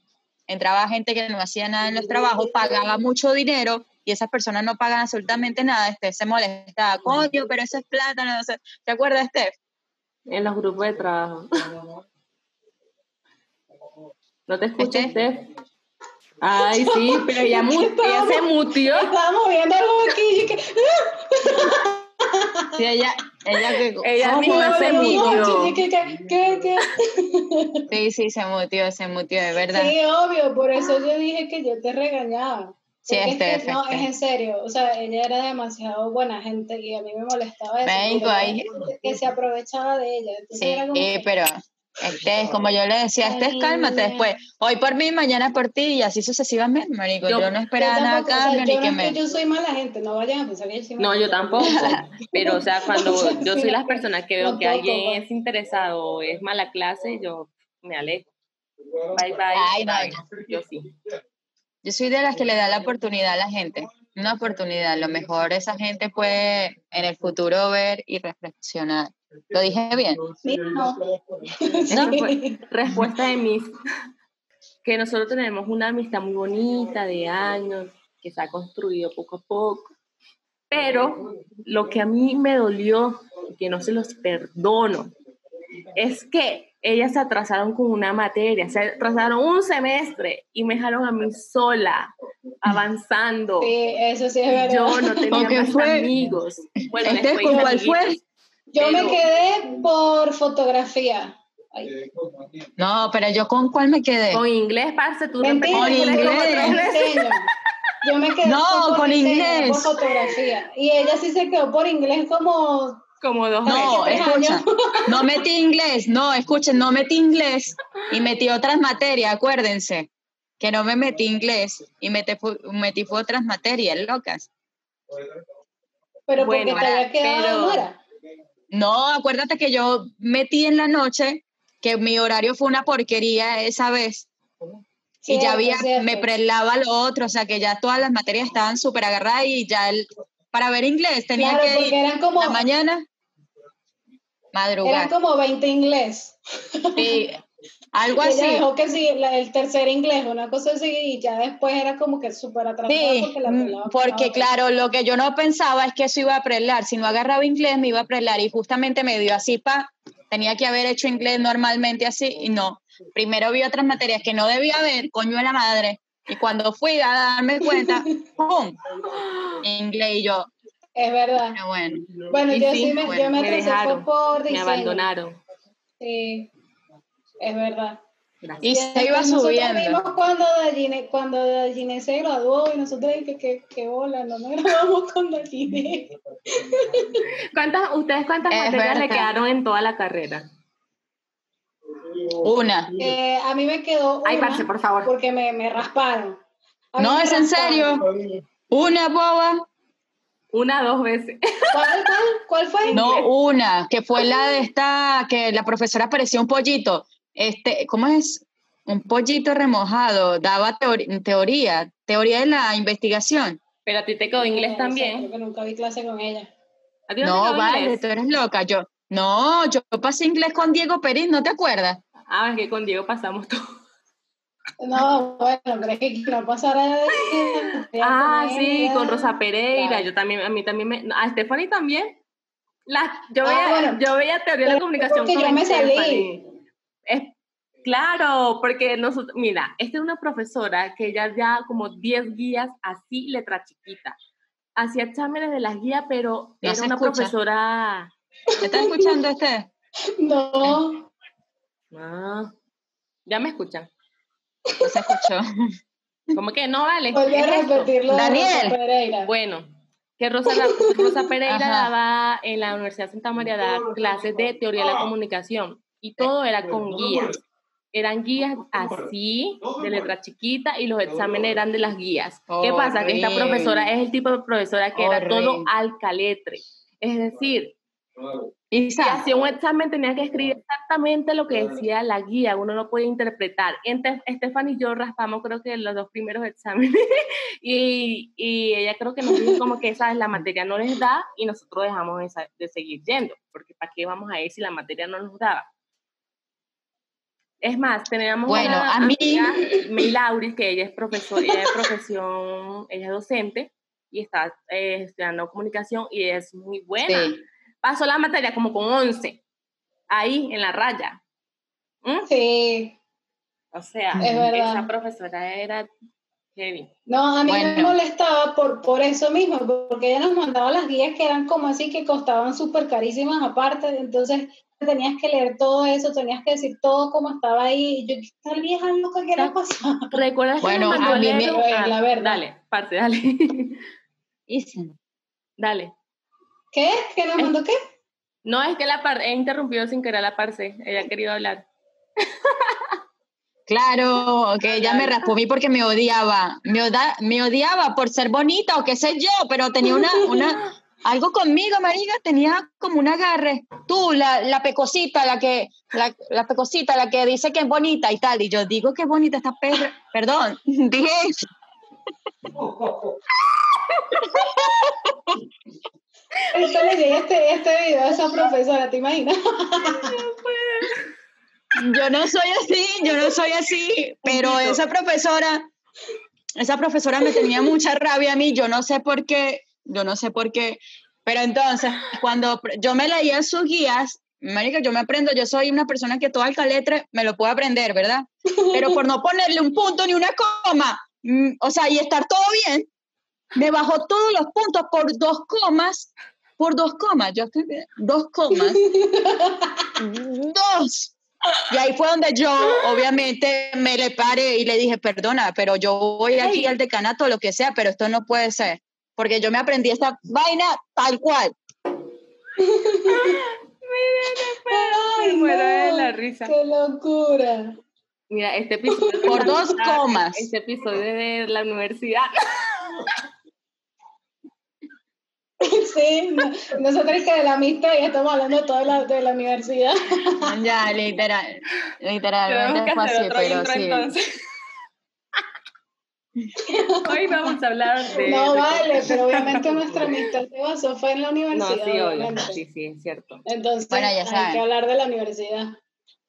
[SPEAKER 2] entraba gente que no hacía nada en los trabajos, pagaba mucho dinero y esas personas no pagan absolutamente nada, este se molestaba, coño, pero eso es plata, no sé, ¿te acuerdas, Steph?
[SPEAKER 1] En los grupos de trabajo. No te escucho,
[SPEAKER 2] Este.
[SPEAKER 1] Steph. Ay, sí, pero ella, mu- ella se mutió.
[SPEAKER 3] Estaba moviendo algo aquí y que,
[SPEAKER 2] Sí, ella, ella que...
[SPEAKER 1] Ella
[SPEAKER 2] ¿cómo
[SPEAKER 1] misma se
[SPEAKER 2] es
[SPEAKER 3] no,
[SPEAKER 1] mutió.
[SPEAKER 3] no, y que, que, que, que.
[SPEAKER 2] Sí, sí, se mutió, se mutió, de verdad.
[SPEAKER 3] Sí, obvio, por eso yo dije que yo te regañaba.
[SPEAKER 2] Sí,
[SPEAKER 3] Porque
[SPEAKER 2] este,
[SPEAKER 3] es que, no,
[SPEAKER 2] este.
[SPEAKER 3] es en serio, o sea, ella era demasiado buena gente y a mí me molestaba eso.
[SPEAKER 2] Vengo
[SPEAKER 3] porque era
[SPEAKER 2] ahí.
[SPEAKER 3] gente Que se aprovechaba de ella. Entonces
[SPEAKER 2] Sí,
[SPEAKER 3] era como
[SPEAKER 2] eh,
[SPEAKER 3] que-
[SPEAKER 2] pero este es como yo le decía, este es cálmate
[SPEAKER 3] Ay,
[SPEAKER 2] después, hoy por mí, mañana por ti y así sucesivamente, marico. Yo,
[SPEAKER 1] Yo-
[SPEAKER 2] no
[SPEAKER 3] Yo
[SPEAKER 2] esperaba nada a
[SPEAKER 3] tampoco, o sea,
[SPEAKER 2] cambio
[SPEAKER 3] yo
[SPEAKER 2] ni
[SPEAKER 3] no
[SPEAKER 2] que
[SPEAKER 3] es
[SPEAKER 2] me...
[SPEAKER 3] que yo soy mala gente, no vayan a pensar que yo soy mala
[SPEAKER 1] No, yo
[SPEAKER 3] gente.
[SPEAKER 1] tampoco. Pero, o sea, cuando yo soy las personas que veo que
[SPEAKER 3] Tampoco,
[SPEAKER 1] alguien
[SPEAKER 3] pues.
[SPEAKER 1] es interesado o es mala clase, yo me alejo. Bye, bye.
[SPEAKER 2] Ay, no,
[SPEAKER 1] bye. Yo sí.
[SPEAKER 2] Yo soy de las que le da la oportunidad a la gente, una oportunidad. A lo mejor esa gente puede en el futuro ver y reflexionar. Lo dije bien.
[SPEAKER 3] Mira, no.
[SPEAKER 1] Esa
[SPEAKER 2] pues,
[SPEAKER 1] fue respuesta de mis. Que nosotros tenemos una amistad muy bonita de años que se ha construido poco a poco. Pero lo que a mí me dolió, y que no se los perdono, es que ellas se atrasaron con una materia, se atrasaron un semestre y me dejaron a mí sola avanzando.
[SPEAKER 3] Sí, eso sí es verdad.
[SPEAKER 1] Yo no tenía
[SPEAKER 2] ¿Con qué
[SPEAKER 1] más
[SPEAKER 2] fue?
[SPEAKER 1] amigos. Bueno,
[SPEAKER 2] Este,
[SPEAKER 1] después
[SPEAKER 2] ¿con
[SPEAKER 1] hice
[SPEAKER 2] cuál fue?
[SPEAKER 1] amiguitos.
[SPEAKER 3] Yo me
[SPEAKER 1] pero-
[SPEAKER 3] quedé por fotografía. Ay,
[SPEAKER 2] No, pero yo con cuál me quedé.
[SPEAKER 1] Con inglés, parce, tú
[SPEAKER 3] Mentira,
[SPEAKER 1] repetías
[SPEAKER 2] Con
[SPEAKER 1] inglés como
[SPEAKER 2] inglés.
[SPEAKER 1] tres veces.
[SPEAKER 3] diseño. Yo me quedé
[SPEAKER 2] No,
[SPEAKER 3] por
[SPEAKER 2] con
[SPEAKER 3] diseño, no
[SPEAKER 2] inglés.
[SPEAKER 3] por fotografía. Y ella sí se quedó por inglés como
[SPEAKER 1] Como dos
[SPEAKER 2] No,
[SPEAKER 1] veces.
[SPEAKER 3] es-
[SPEAKER 2] escucha, no metí inglés, no, escuchen, no metí inglés y metí otras materias, acuérdense, que no me metí inglés y metí, fu- metí fue otras materias, locas.
[SPEAKER 3] pero
[SPEAKER 1] Bueno,
[SPEAKER 3] porque te había
[SPEAKER 1] ahora,
[SPEAKER 3] quedado
[SPEAKER 1] pero-
[SPEAKER 3] ahora.
[SPEAKER 2] No, acuérdate que yo metí en la noche, que mi horario fue una porquería esa vez y
[SPEAKER 3] Cierto,
[SPEAKER 2] ya había,
[SPEAKER 3] cierto.
[SPEAKER 2] me prelaba lo otro, o sea que ya todas las materias estaban súper agarradas y ya el- para ver inglés tenía
[SPEAKER 3] Claro,
[SPEAKER 2] que ir
[SPEAKER 3] porque eran como,
[SPEAKER 2] la mañana,
[SPEAKER 3] eran
[SPEAKER 2] madrugar.
[SPEAKER 3] como 20 inglés.
[SPEAKER 2] Sí, algo
[SPEAKER 3] Y
[SPEAKER 2] así.
[SPEAKER 3] Ella dejó que sí, la- el tercer inglés, una cosa así, y ya después era como que súper atrasada
[SPEAKER 2] Sí,
[SPEAKER 3] porque la
[SPEAKER 2] mm,
[SPEAKER 3] pelaba con la
[SPEAKER 2] porque
[SPEAKER 3] otra.
[SPEAKER 2] claro, lo que yo no pensaba es que eso iba a prelar. Si no agarraba inglés, me iba a prelar. Y justamente me dio así, pa, tenía que haber hecho inglés normalmente así, y no. Primero vi otras materias que no debía ver, coño de la madre. Y cuando fui a darme cuenta, ¡pum! Inglés y yo,
[SPEAKER 3] Es verdad.
[SPEAKER 2] pero bueno.
[SPEAKER 3] Bueno,
[SPEAKER 1] Y
[SPEAKER 3] yo
[SPEAKER 1] sí,
[SPEAKER 3] sí me,
[SPEAKER 2] bueno,
[SPEAKER 3] yo me,
[SPEAKER 1] me
[SPEAKER 3] atrasé
[SPEAKER 1] dejaron,
[SPEAKER 3] fue por
[SPEAKER 1] Me
[SPEAKER 3] diseño.
[SPEAKER 1] abandonaron.
[SPEAKER 3] Sí, es verdad.
[SPEAKER 1] Gracias.
[SPEAKER 2] Y se iba
[SPEAKER 3] después Nosotros
[SPEAKER 2] subiendo.
[SPEAKER 3] vimos cuando Dalline, cuando Dalline se graduó y nosotros dije que, que, que bola, no nos graduamos con Dalline.
[SPEAKER 1] ¿Cuántas, ¿Ustedes cuántas
[SPEAKER 2] Es
[SPEAKER 1] materias le
[SPEAKER 2] verdad.
[SPEAKER 1] quedaron en toda la carrera?
[SPEAKER 2] Una.
[SPEAKER 3] Eh, a mí me quedó una
[SPEAKER 4] Ay, parce, por favor.
[SPEAKER 3] porque me, me rasparon. A mí
[SPEAKER 2] No,
[SPEAKER 3] me
[SPEAKER 2] es en
[SPEAKER 3] rasparon.
[SPEAKER 2] serio. Una boba.
[SPEAKER 1] Una, dos veces.
[SPEAKER 3] ¿Cuál, cuál, cuál fue?
[SPEAKER 2] No, una, que fue la de esta, que la profesora parecía un pollito. Este, ¿cómo es? Un pollito remojado, daba teori- teoría, teoría de la investigación.
[SPEAKER 1] Pero a ti te quedó inglés
[SPEAKER 3] Eh, No sé,
[SPEAKER 1] también.
[SPEAKER 3] creo que nunca vi clase con ella.
[SPEAKER 1] ¿A ti no,
[SPEAKER 2] No,
[SPEAKER 1] te quedó
[SPEAKER 2] vale,
[SPEAKER 1] inglés?
[SPEAKER 2] tú eres loca. Yo, no, yo pasé inglés con Diego Pérez, ¿no te acuerdas?
[SPEAKER 1] Ah, es que con Diego pasamos todo.
[SPEAKER 3] No, bueno, pero es que no pasara de...
[SPEAKER 1] Ah,
[SPEAKER 3] con
[SPEAKER 1] sí,
[SPEAKER 3] ella.
[SPEAKER 1] con Rosa Pereira.
[SPEAKER 3] Claro.
[SPEAKER 1] Yo también, a mí también me. A Stephanie también. La, yo,
[SPEAKER 3] Ah,
[SPEAKER 1] veía,
[SPEAKER 3] bueno.
[SPEAKER 1] yo veía teoría de la
[SPEAKER 3] Pero
[SPEAKER 1] comunicación.
[SPEAKER 3] porque
[SPEAKER 1] con
[SPEAKER 3] yo me salí.
[SPEAKER 1] Stephanie. Es- claro, porque nosotros. Mira, esta es una profesora que ella ya como 10 guías así, letra chiquita. Hacía exámenes de las guías, pero
[SPEAKER 2] No
[SPEAKER 1] era
[SPEAKER 2] se
[SPEAKER 1] una
[SPEAKER 2] escucha.
[SPEAKER 1] profesora.
[SPEAKER 2] ¿Me está escuchando este?
[SPEAKER 3] No,
[SPEAKER 1] Ah, ya me escuchan.
[SPEAKER 2] No se escuchó.
[SPEAKER 1] Como que no vale.
[SPEAKER 3] volví
[SPEAKER 1] ¿qué
[SPEAKER 3] a
[SPEAKER 1] es esto?
[SPEAKER 3] repetirlo. de
[SPEAKER 2] Daniel.
[SPEAKER 3] Rosa Pereira.
[SPEAKER 1] Bueno, que Rosa, la- Rosa Pereira
[SPEAKER 2] Ajá.
[SPEAKER 1] daba en la Universidad de Santa María daba clases de teoría de la comunicación y todo era con guías. Eran guías así, de letra chiquita, y los exámenes eran de las guías. ¿Qué pasa? Que esta
[SPEAKER 2] Horrible.
[SPEAKER 1] profesora es el tipo de profesora que era todo
[SPEAKER 2] Horrible.
[SPEAKER 1] al caletre. Es decir, si
[SPEAKER 2] Isa,
[SPEAKER 1] hacía un examen tenía que escribir exactamente lo que decía la guía, uno no podía interpretar. Entonces, Estefan y yo raspamos creo que los dos primeros exámenes y, y ella creo que nos dijo como que esa es la materia no les da y nosotros dejamos esa- de seguir yendo, porque ¿para qué vamos a ir si la materia no nos daba? Es más, teníamos
[SPEAKER 2] Bueno,
[SPEAKER 1] una
[SPEAKER 2] a mí-
[SPEAKER 1] amiga, May Lauris, que ella es profesora, ella es profesión, ella es docente y está eh, estudiando comunicación y es muy buena
[SPEAKER 2] sí.
[SPEAKER 1] pasó la materia como con 11, ahí en la raya. ¿Mm?
[SPEAKER 3] Sí,
[SPEAKER 1] O sea,
[SPEAKER 3] Es verdad.
[SPEAKER 1] esa profesora era heavy.
[SPEAKER 3] no, a mí me
[SPEAKER 2] Bueno.
[SPEAKER 3] molestaba por, por eso mismo, porque ella nos mandaba las guías que eran como así, que costaban súper carísimas aparte, entonces tenías que leer todo eso, tenías que decir todo como estaba ahí, y yo, esta vieja loca que era pasada.
[SPEAKER 1] ¿Recuerdas
[SPEAKER 2] Bueno,
[SPEAKER 1] que nos mandó
[SPEAKER 2] a mí
[SPEAKER 1] leer
[SPEAKER 2] me-
[SPEAKER 1] un- ah,
[SPEAKER 3] La verdad.
[SPEAKER 1] Dale, parte, dale.
[SPEAKER 2] Isa.
[SPEAKER 1] dale.
[SPEAKER 3] ¿Qué? ¿Que nos mandó qué?
[SPEAKER 1] No, es que la par he interrumpido sin querer a la parce, ella ha querido hablar.
[SPEAKER 2] Claro, que ella me raspó a mí porque me odiaba. Me, oda- me odiaba por ser bonita o qué sé yo, pero tenía una, una algo conmigo, marica, tenía como un agarre. Tú, la, la pecosita, la que, la, la pecosita, la que dice que es bonita y tal. Y yo digo que es bonita esta perra. Perdón, dije eso.
[SPEAKER 3] Esto le llega este, este video a esa profesora, ¿te imaginas?
[SPEAKER 2] Yo no soy así, yo no soy así, pero esa profesora, esa profesora me tenía mucha rabia a mí, yo no sé por qué, yo no sé por qué, pero entonces cuando pr- yo me leía sus guías, marica, yo me aprendo, yo soy una persona que todo al caletre me lo puedo aprender, ¿verdad? Pero por no ponerle un punto ni una coma, mm, o sea, y estar todo bien, me bajó todos los puntos por dos comas, por dos comas, yo estoy bien, dos comas, dos. Y ahí fue donde yo, obviamente, me le paré y le dije, perdona, pero yo voy aquí al decanato, lo que sea, pero esto no puede ser. Porque yo me aprendí esta vaina tal cual.
[SPEAKER 3] Ay,
[SPEAKER 1] Me muero de
[SPEAKER 3] no,
[SPEAKER 1] la risa.
[SPEAKER 3] ¡Qué locura!
[SPEAKER 1] Mira, este episodio.
[SPEAKER 2] Por dos
[SPEAKER 1] Ah,
[SPEAKER 2] comas.
[SPEAKER 1] Este episodio de la universidad.
[SPEAKER 3] Sí, no- nosotros que de la amistad ya estamos hablando de toda la, de la universidad.
[SPEAKER 2] Ya, literal.
[SPEAKER 1] Tenemos que
[SPEAKER 2] Literalmente fue así,
[SPEAKER 1] hacer otro
[SPEAKER 2] pero
[SPEAKER 1] intro
[SPEAKER 2] sí.
[SPEAKER 1] entonces. Hoy vamos a hablar de.
[SPEAKER 3] No
[SPEAKER 1] de-
[SPEAKER 3] vale, pero obviamente nuestra amistad se basó fue en la
[SPEAKER 1] No,
[SPEAKER 3] universidad.
[SPEAKER 1] sí, obvio.
[SPEAKER 3] obviamente.
[SPEAKER 1] Sí, sí, es cierto.
[SPEAKER 3] Entonces,
[SPEAKER 2] Bueno, ya
[SPEAKER 3] hay
[SPEAKER 2] saben.
[SPEAKER 3] que hablar de la universidad.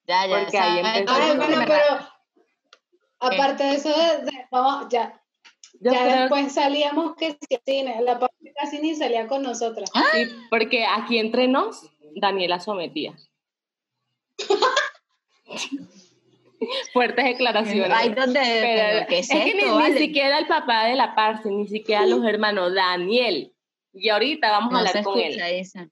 [SPEAKER 2] Ya, ya.
[SPEAKER 1] Porque ahí
[SPEAKER 2] saben
[SPEAKER 1] empezó
[SPEAKER 2] todo
[SPEAKER 1] Ay,
[SPEAKER 3] Ay,
[SPEAKER 2] lo que
[SPEAKER 3] bueno,
[SPEAKER 2] me
[SPEAKER 3] pero
[SPEAKER 2] ra-
[SPEAKER 3] aparte de eso, de- vamos, ya,
[SPEAKER 1] Yo
[SPEAKER 3] ya
[SPEAKER 1] creo
[SPEAKER 3] después salíamos que sí, al cine, la parte casi ni salía con nosotras.
[SPEAKER 1] que sí, porque aquí entre nos, Daniela sometía. Fuertes declaraciones.
[SPEAKER 2] Ay, ¿dónde?
[SPEAKER 1] Pero
[SPEAKER 2] pero ¿Qué
[SPEAKER 1] es
[SPEAKER 2] es
[SPEAKER 1] que ni,
[SPEAKER 2] esto,
[SPEAKER 1] ni
[SPEAKER 2] vale?
[SPEAKER 1] siquiera el papá de la parce, ni siquiera los hermanos Daniel. Y ahorita vamos a
[SPEAKER 2] No se
[SPEAKER 1] hablar con él.
[SPEAKER 2] escucha, Isa.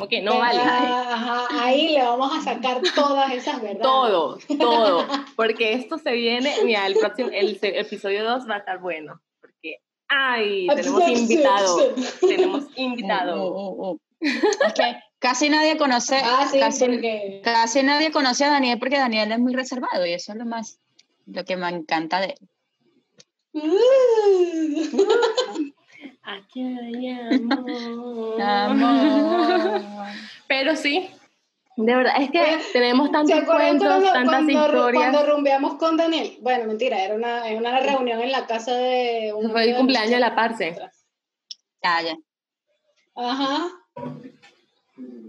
[SPEAKER 1] Ok, no
[SPEAKER 3] Pero,
[SPEAKER 1] vale.
[SPEAKER 3] ajá, ahí le vamos a sacar todas esas verdades.
[SPEAKER 1] Todo, todo. Porque esto se viene, mira, el próximo, el, se- episodio 2 va a estar
[SPEAKER 3] Ah,
[SPEAKER 1] bueno. Porque, ay, tenemos invitado. Tenemos
[SPEAKER 2] Uh,
[SPEAKER 1] invitado.
[SPEAKER 2] uh, uh, uh. Es que casi nadie conoce,
[SPEAKER 3] Ah, sí,
[SPEAKER 2] casi,
[SPEAKER 3] porque...
[SPEAKER 2] casi nadie conoce a Daniel porque Daniel es muy reservado y eso es lo más, lo que me encanta de él.
[SPEAKER 3] Mm.
[SPEAKER 1] Aquí hay amor.
[SPEAKER 2] Amor.
[SPEAKER 1] Pero sí, de verdad, es que
[SPEAKER 3] Oye,
[SPEAKER 1] tenemos
[SPEAKER 3] Eh, ¿Se
[SPEAKER 1] tantos
[SPEAKER 3] acuerdan
[SPEAKER 1] cuentos,
[SPEAKER 3] cuando,
[SPEAKER 1] tantas
[SPEAKER 3] cuando,
[SPEAKER 1] historias.
[SPEAKER 3] cuando rumbeamos con Daniel? Bueno, mentira, era una, era una reunión en la casa de
[SPEAKER 1] Fue
[SPEAKER 3] un
[SPEAKER 1] el
[SPEAKER 3] amigo de
[SPEAKER 1] cumpleaños de la
[SPEAKER 3] nosotras.
[SPEAKER 2] Calla.
[SPEAKER 3] Ajá.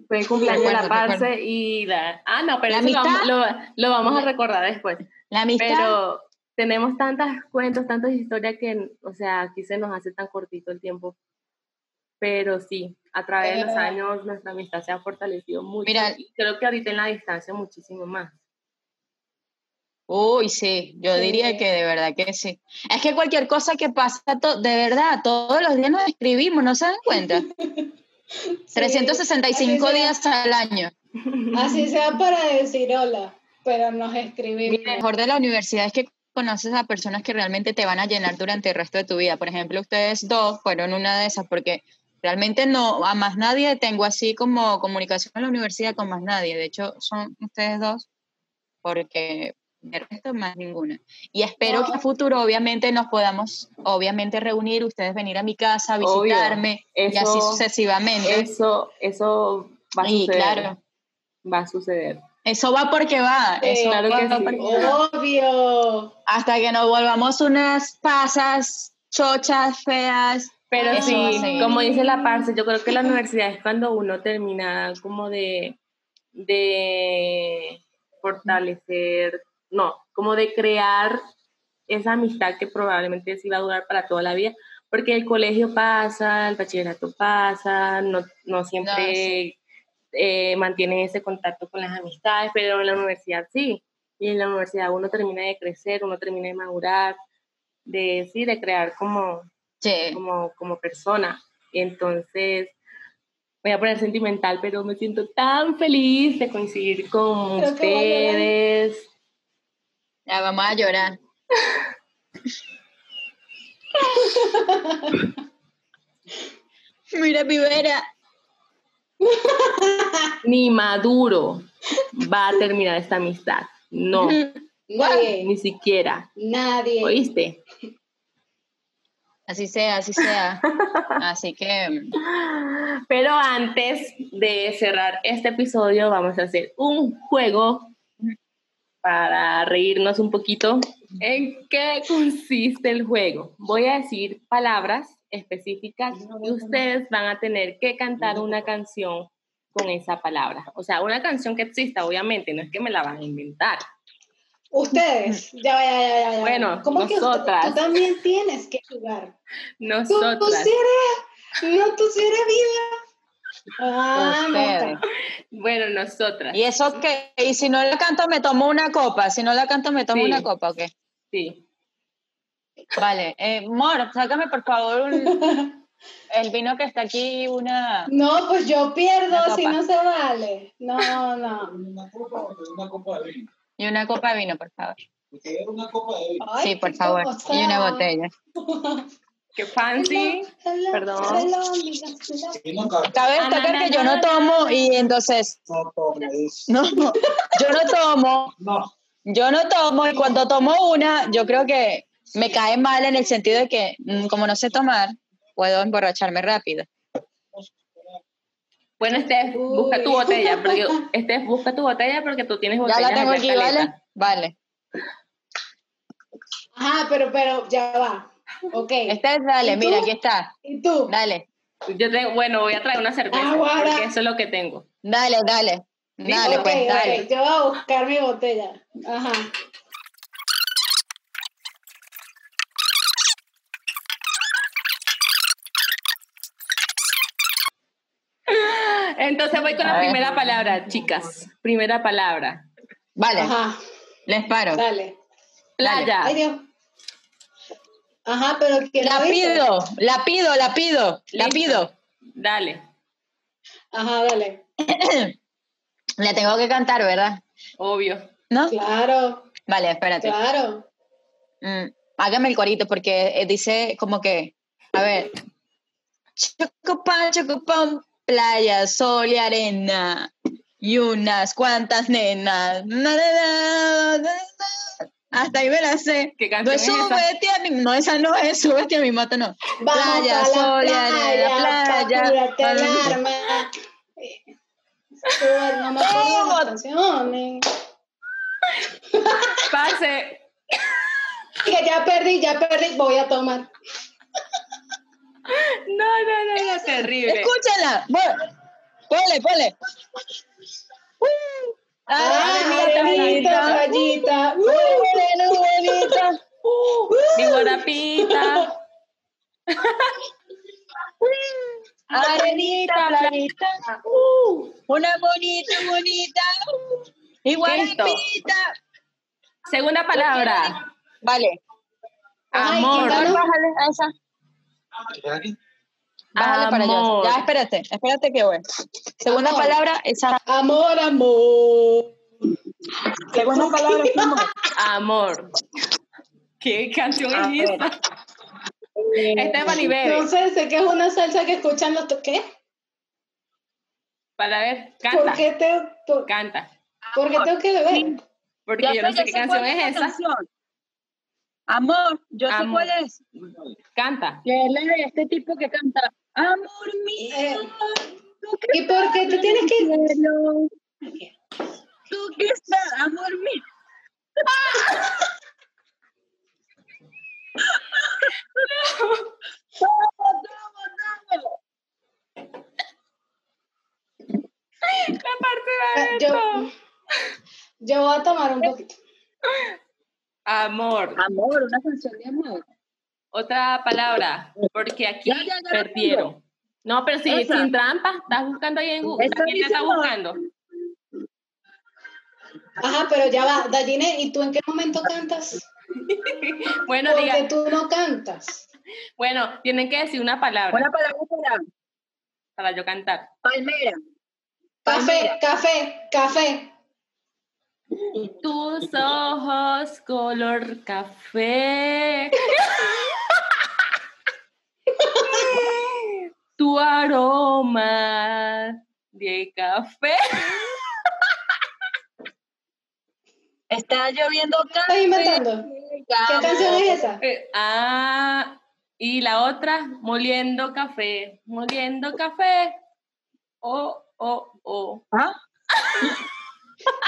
[SPEAKER 1] Fue el cumpleaños de la
[SPEAKER 2] Recuerdo, recuerdo.
[SPEAKER 1] parce y la... Ah, no, pero
[SPEAKER 2] La
[SPEAKER 1] eso lo vamos-
[SPEAKER 2] amistad.
[SPEAKER 1] lo, lo vamos a recordar después.
[SPEAKER 2] La amistad.
[SPEAKER 1] Pero tenemos tantos cuentos, tantas historias que, o sea, aquí se nos hace tan cortito el tiempo. Pero sí, a través de los
[SPEAKER 3] Pero-
[SPEAKER 1] años nuestra amistad se ha fortalecido mucho.
[SPEAKER 2] Eh. Mira-
[SPEAKER 1] y creo que ahorita en la distancia muchísimo más.
[SPEAKER 2] Uy, sí, yo
[SPEAKER 3] Sí.
[SPEAKER 2] diría que de verdad que sí. Es que cualquier cosa que pasa, to- de verdad, todos los días nos escribimos, no se dan cuenta.
[SPEAKER 3] Sí.
[SPEAKER 2] 365
[SPEAKER 3] Así sea-
[SPEAKER 2] días al año.
[SPEAKER 3] Así sea para decir hola, pero nos escribimos.
[SPEAKER 2] Lo mejor de la universidad es que conoces a personas que realmente te van a llenar durante el resto de tu vida. Por ejemplo, ustedes dos fueron una de esas, porque realmente no, a más nadie tengo así como comunicación en la universidad con más nadie. De hecho, son ustedes dos, porque de resto más ninguna. Y espero
[SPEAKER 3] No.
[SPEAKER 2] que a futuro, obviamente, nos podamos, obviamente, reunir, ustedes venir a mi casa, a
[SPEAKER 1] Obvio.
[SPEAKER 2] visitarme, y así
[SPEAKER 1] Eso-
[SPEAKER 2] sucesivamente.
[SPEAKER 1] Eso, eso va a
[SPEAKER 2] y
[SPEAKER 1] suceder.
[SPEAKER 2] claro,
[SPEAKER 1] Va a suceder.
[SPEAKER 2] eso va porque va.
[SPEAKER 3] Sí,
[SPEAKER 2] eso
[SPEAKER 1] claro
[SPEAKER 2] va
[SPEAKER 1] que sí.
[SPEAKER 2] porque va.
[SPEAKER 3] Obvio.
[SPEAKER 2] hasta que nos volvamos unas pasas chochas feas.
[SPEAKER 1] Pero
[SPEAKER 2] Eso va a
[SPEAKER 1] sí,
[SPEAKER 2] seguir.
[SPEAKER 1] como dice la parce, yo creo que la universidad es cuando uno termina como de, de fortalecer, no, como de crear esa amistad que probablemente sí va a durar para toda la vida, porque el colegio pasa, el bachillerato pasa, no, no siempre
[SPEAKER 2] No, sí.
[SPEAKER 1] eh, mantienes ese contacto con las amistades, pero en la universidad sí, y en la universidad uno termina de crecer, uno termina de madurar, de sí, de crear como
[SPEAKER 2] Sí.
[SPEAKER 1] como, como persona. Entonces, voy a poner sentimental, pero me siento tan feliz de coincidir con
[SPEAKER 3] Creo que voy a llorar.
[SPEAKER 1] ustedes.
[SPEAKER 2] Ya vamos a llorar. Mira, Pibera.
[SPEAKER 1] Ni Maduro va a terminar esta amistad. No,
[SPEAKER 3] Nadie.
[SPEAKER 1] Ah, ni siquiera.
[SPEAKER 3] Nadie.
[SPEAKER 1] ¿Oíste?
[SPEAKER 2] Así sea, así sea. Así que
[SPEAKER 1] Pero antes de cerrar este episodio, vamos a hacer un juego para reírnos un poquito. ¿En qué consiste el juego? Voy a decir palabras específicas y ustedes van a tener que cantar una canción con esa palabra. O sea, una canción que exista, obviamente, no es que me la van a inventar.
[SPEAKER 3] Ustedes. Ya, ya, ya, ya, ya.
[SPEAKER 1] Bueno,
[SPEAKER 3] ¿Cómo
[SPEAKER 1] nosotras.
[SPEAKER 3] que usted- tú también tienes que jugar? Tú, tú
[SPEAKER 1] Nosotras.
[SPEAKER 3] sí eres, no, tú sí eres viva. Ah,
[SPEAKER 2] ustedes.
[SPEAKER 3] no,
[SPEAKER 1] Bueno, nosotras.
[SPEAKER 2] Y eso que, y si no la canto, me tomo una copa. Si no la canto, me tomo
[SPEAKER 1] Sí.
[SPEAKER 2] una copa, ¿ok?
[SPEAKER 1] Sí.
[SPEAKER 2] Vale. Eh, Mor, sácame por favor un- el vino que está aquí, una.
[SPEAKER 3] no, pues yo pierdo
[SPEAKER 2] Una
[SPEAKER 3] si
[SPEAKER 2] copa.
[SPEAKER 3] no se vale. No, no.
[SPEAKER 4] Una copa, una copa de vino.
[SPEAKER 2] Y una copa de vino, por favor.
[SPEAKER 4] Porque era una copa de vino.
[SPEAKER 3] Ay,
[SPEAKER 2] Sí, por
[SPEAKER 3] qué
[SPEAKER 2] favor.
[SPEAKER 3] cosa.
[SPEAKER 2] Y una botella.
[SPEAKER 1] Qué fancy.
[SPEAKER 3] Hello, hello,
[SPEAKER 1] Perdón.
[SPEAKER 3] hello, amigas, hello.
[SPEAKER 4] Y no ca-
[SPEAKER 2] Cabe destacar que yo no tomo y entonces,
[SPEAKER 4] no toma eso.
[SPEAKER 2] no, no, yo no tomo,
[SPEAKER 4] No.
[SPEAKER 2] yo no tomo y cuando tomo una, yo creo que me cae mal en el sentido de que mm, como no sé tomar, puedo emborracharme rápido.
[SPEAKER 1] Bueno, Steph, busca tu
[SPEAKER 3] Uy.
[SPEAKER 1] botella, porque Steph, busca tu botella porque tú tienes
[SPEAKER 2] Ya
[SPEAKER 1] botella.
[SPEAKER 2] la tengo aquí, ¿vale? Vale.
[SPEAKER 3] Ajá, pero, pero ya va. Ok.
[SPEAKER 2] Esta es, dale,
[SPEAKER 3] ¿Y
[SPEAKER 2] mira,
[SPEAKER 3] tú?
[SPEAKER 2] aquí está.
[SPEAKER 3] ¿Y tú?
[SPEAKER 2] Dale,
[SPEAKER 1] Yo te, bueno, voy a traer una cerveza,
[SPEAKER 3] Ahora.
[SPEAKER 1] porque eso es lo que tengo.
[SPEAKER 2] dale, dale. Dale,
[SPEAKER 3] Ok,
[SPEAKER 2] pues,
[SPEAKER 3] ok,
[SPEAKER 2] dale.
[SPEAKER 3] Yo voy a buscar mi botella. Ajá.
[SPEAKER 1] Entonces voy con la
[SPEAKER 2] A ver.
[SPEAKER 1] primera palabra, chicas. Primera palabra.
[SPEAKER 2] Vale,
[SPEAKER 3] Ajá.
[SPEAKER 2] les paro.
[SPEAKER 3] Dale.
[SPEAKER 1] Playa.
[SPEAKER 3] Ay, Dios. Ajá, pero que
[SPEAKER 2] La pido, la pido, la pido, la
[SPEAKER 1] Listo.
[SPEAKER 2] pido.
[SPEAKER 1] Dale.
[SPEAKER 3] Ajá, dale.
[SPEAKER 2] La tengo que cantar, ¿verdad?
[SPEAKER 1] Obvio.
[SPEAKER 2] ¿No?
[SPEAKER 3] Claro,
[SPEAKER 2] Vale, espérate.
[SPEAKER 3] claro.
[SPEAKER 2] Mm, hágame el corito porque eh, dice como que, a ver, chocopán, chocopán, playa, sol y arena. Y unas cuantas nenas. Na, na, na, na, na. Hasta ahí me la sé.
[SPEAKER 1] ¿Qué
[SPEAKER 2] No
[SPEAKER 1] canción
[SPEAKER 2] es
[SPEAKER 1] es esa?
[SPEAKER 2] súbete a mi... No, esa no es súbete a mi mata, no.
[SPEAKER 3] Vamos
[SPEAKER 2] Playa,
[SPEAKER 3] a la
[SPEAKER 2] sol y arena,
[SPEAKER 3] playa,
[SPEAKER 2] playa, Ah,
[SPEAKER 3] pa' curarte el
[SPEAKER 2] sol.
[SPEAKER 3] alma. Súper, no me acuerdo de eh. las canciones.
[SPEAKER 1] Parce,
[SPEAKER 3] Dije, ya perdí, ya perdí, voy a tomar.
[SPEAKER 1] no, no, no, no, terrible.
[SPEAKER 2] Escúchala. Bueno, Ponle, ponle. Uh. Ah,
[SPEAKER 3] Ay, rayita,
[SPEAKER 2] Ay,
[SPEAKER 3] rayita. Uh,
[SPEAKER 2] Bueno, bonita.
[SPEAKER 1] Uh, mi guarapita.
[SPEAKER 2] Arenita, playita,
[SPEAKER 1] Uh,
[SPEAKER 2] una bonita, bonita, y guarapita.
[SPEAKER 1] segunda palabra.
[SPEAKER 2] Vale,
[SPEAKER 3] Ay,
[SPEAKER 1] Amor.
[SPEAKER 3] ¿quién ganó?
[SPEAKER 2] bájale a esa, bájale para allá.
[SPEAKER 1] Amor.
[SPEAKER 2] Ya, espérate, espérate que voy. Segunda
[SPEAKER 3] Amor.
[SPEAKER 2] palabra, esa.
[SPEAKER 3] Amor, amor.
[SPEAKER 2] Segunda palabra,
[SPEAKER 1] Amor. ¿Qué canción
[SPEAKER 2] A
[SPEAKER 1] es
[SPEAKER 2] ver.
[SPEAKER 1] esa? Stephanie Bebe.
[SPEAKER 3] No sé, sé que es una salsa que escuchan los... to- ¿Qué?
[SPEAKER 1] Para ver,
[SPEAKER 3] ¿Por
[SPEAKER 1] canta.
[SPEAKER 3] qué, te, por,
[SPEAKER 1] Canta.
[SPEAKER 3] por qué tengo que beber?
[SPEAKER 1] Porque yo no sé qué canción es esa.
[SPEAKER 2] Amor, yo sé
[SPEAKER 1] Amor.
[SPEAKER 2] cuál es.
[SPEAKER 1] Canta.
[SPEAKER 2] Que es la de este tipo que canta. Amor mío.
[SPEAKER 3] Eh,
[SPEAKER 2] tú que
[SPEAKER 3] ¿y por qué
[SPEAKER 2] estás
[SPEAKER 3] tú tienes
[SPEAKER 2] en
[SPEAKER 3] que-
[SPEAKER 2] el cielo, Tú que estás, amor mío. Vamos, vamos,
[SPEAKER 1] La parte
[SPEAKER 3] Ah,
[SPEAKER 1] de
[SPEAKER 3] Yo,
[SPEAKER 1] adentro.
[SPEAKER 3] yo voy a tomar un poquito.
[SPEAKER 1] Amor.
[SPEAKER 2] vamos. Amor, una canción de amor.
[SPEAKER 1] Otra palabra. Porque aquí
[SPEAKER 2] Ya, ya, ya la
[SPEAKER 1] perdieron. No, pero si,
[SPEAKER 2] Esa.
[SPEAKER 1] sin trampa, estás buscando ahí en Google.
[SPEAKER 2] Esa
[SPEAKER 1] La gente está
[SPEAKER 2] misma.
[SPEAKER 1] buscando.
[SPEAKER 3] Ajá, pero ya va, Dalline, ¿y tú en qué momento cantas?
[SPEAKER 1] Bueno,
[SPEAKER 3] Porque
[SPEAKER 1] diga,
[SPEAKER 3] tú no cantas.
[SPEAKER 1] bueno, tienen que decir una palabra
[SPEAKER 2] Una palabra para
[SPEAKER 1] para yo cantar.
[SPEAKER 2] palmera.
[SPEAKER 3] Café, café, café.
[SPEAKER 1] Tus ojos color café. tu aroma de café.
[SPEAKER 2] Está lloviendo
[SPEAKER 3] Estás inventando. ¿Qué
[SPEAKER 2] Ah.
[SPEAKER 3] canción es esa?
[SPEAKER 1] Eh, ah, y la otra, moliendo café. Moliendo café. Oh, oh, oh.
[SPEAKER 2] ¿Ah?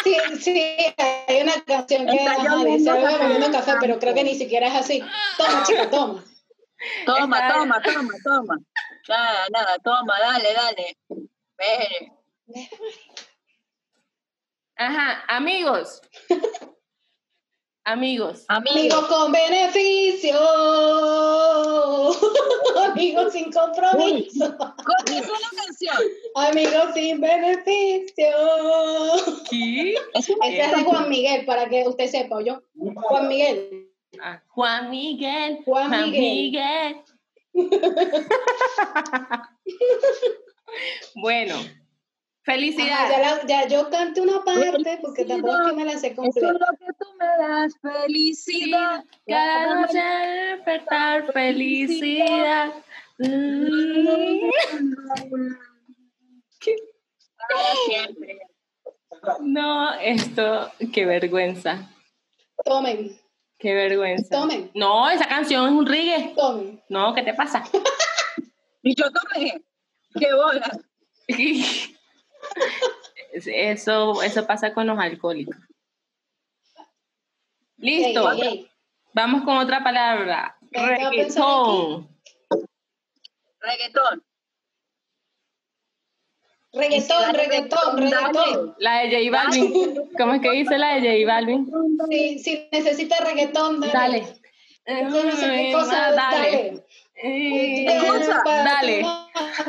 [SPEAKER 3] Sí, sí, hay una canción que
[SPEAKER 2] Está
[SPEAKER 3] ajá,
[SPEAKER 2] lloviendo
[SPEAKER 3] dice algo de
[SPEAKER 2] café.
[SPEAKER 3] bebiendo café, pero creo que ni siquiera es así. Toma, chica, toma.
[SPEAKER 2] Toma,
[SPEAKER 1] Está-
[SPEAKER 2] toma, toma, toma. Nada, nada, toma, dale, dale. Ven.
[SPEAKER 1] Ajá, amigos. amigos.
[SPEAKER 2] Amigo.
[SPEAKER 3] Amigo con beneficio. Amigo sin compromiso.
[SPEAKER 2] ¿Cuál es una canción?
[SPEAKER 3] Amigo sin beneficio.
[SPEAKER 1] ¿Qué?
[SPEAKER 2] Es una
[SPEAKER 3] Ese es de Juan Miguel, para que usted sepa, yo. Juan Miguel.
[SPEAKER 1] Ah, Juan Miguel.
[SPEAKER 3] Juan
[SPEAKER 1] Miguel. bueno,
[SPEAKER 3] Ajá,
[SPEAKER 1] felicidades.
[SPEAKER 3] ya, la- ya yo canté una parte porque tampoco es que me la
[SPEAKER 2] Eso
[SPEAKER 3] sé
[SPEAKER 2] es
[SPEAKER 3] completa.
[SPEAKER 2] lo que tú me das, felicidad.
[SPEAKER 1] Cada noche al despertar felicidad. Mm, ¿qué?
[SPEAKER 2] Para siempre.
[SPEAKER 1] No, esto, qué vergüenza,
[SPEAKER 3] Tomen,
[SPEAKER 1] qué vergüenza.
[SPEAKER 3] tomen,
[SPEAKER 1] No, esa canción es un reggae.
[SPEAKER 3] tomen.
[SPEAKER 1] No, ¿qué te pasa?
[SPEAKER 2] Y yo tomé. Qué bola.
[SPEAKER 1] Eso, eso pasa con los alcohólicos.
[SPEAKER 3] Ey,
[SPEAKER 1] Listo,
[SPEAKER 3] ey, ey.
[SPEAKER 1] vamos con otra palabra.
[SPEAKER 3] Venga, pensar
[SPEAKER 1] Reggaetón.
[SPEAKER 2] Reggaetón.
[SPEAKER 3] Reggaetón, reggaetón, reggaetón.
[SPEAKER 1] La de J Balvin. ¿Cómo es que dice la de J Balvin?
[SPEAKER 3] Si, si necesita reggaetón, dale.
[SPEAKER 1] Dale.
[SPEAKER 3] Yo no sé qué cosa,
[SPEAKER 1] Dale.
[SPEAKER 3] dale.
[SPEAKER 1] Eh,
[SPEAKER 2] Escucha.
[SPEAKER 1] Dale.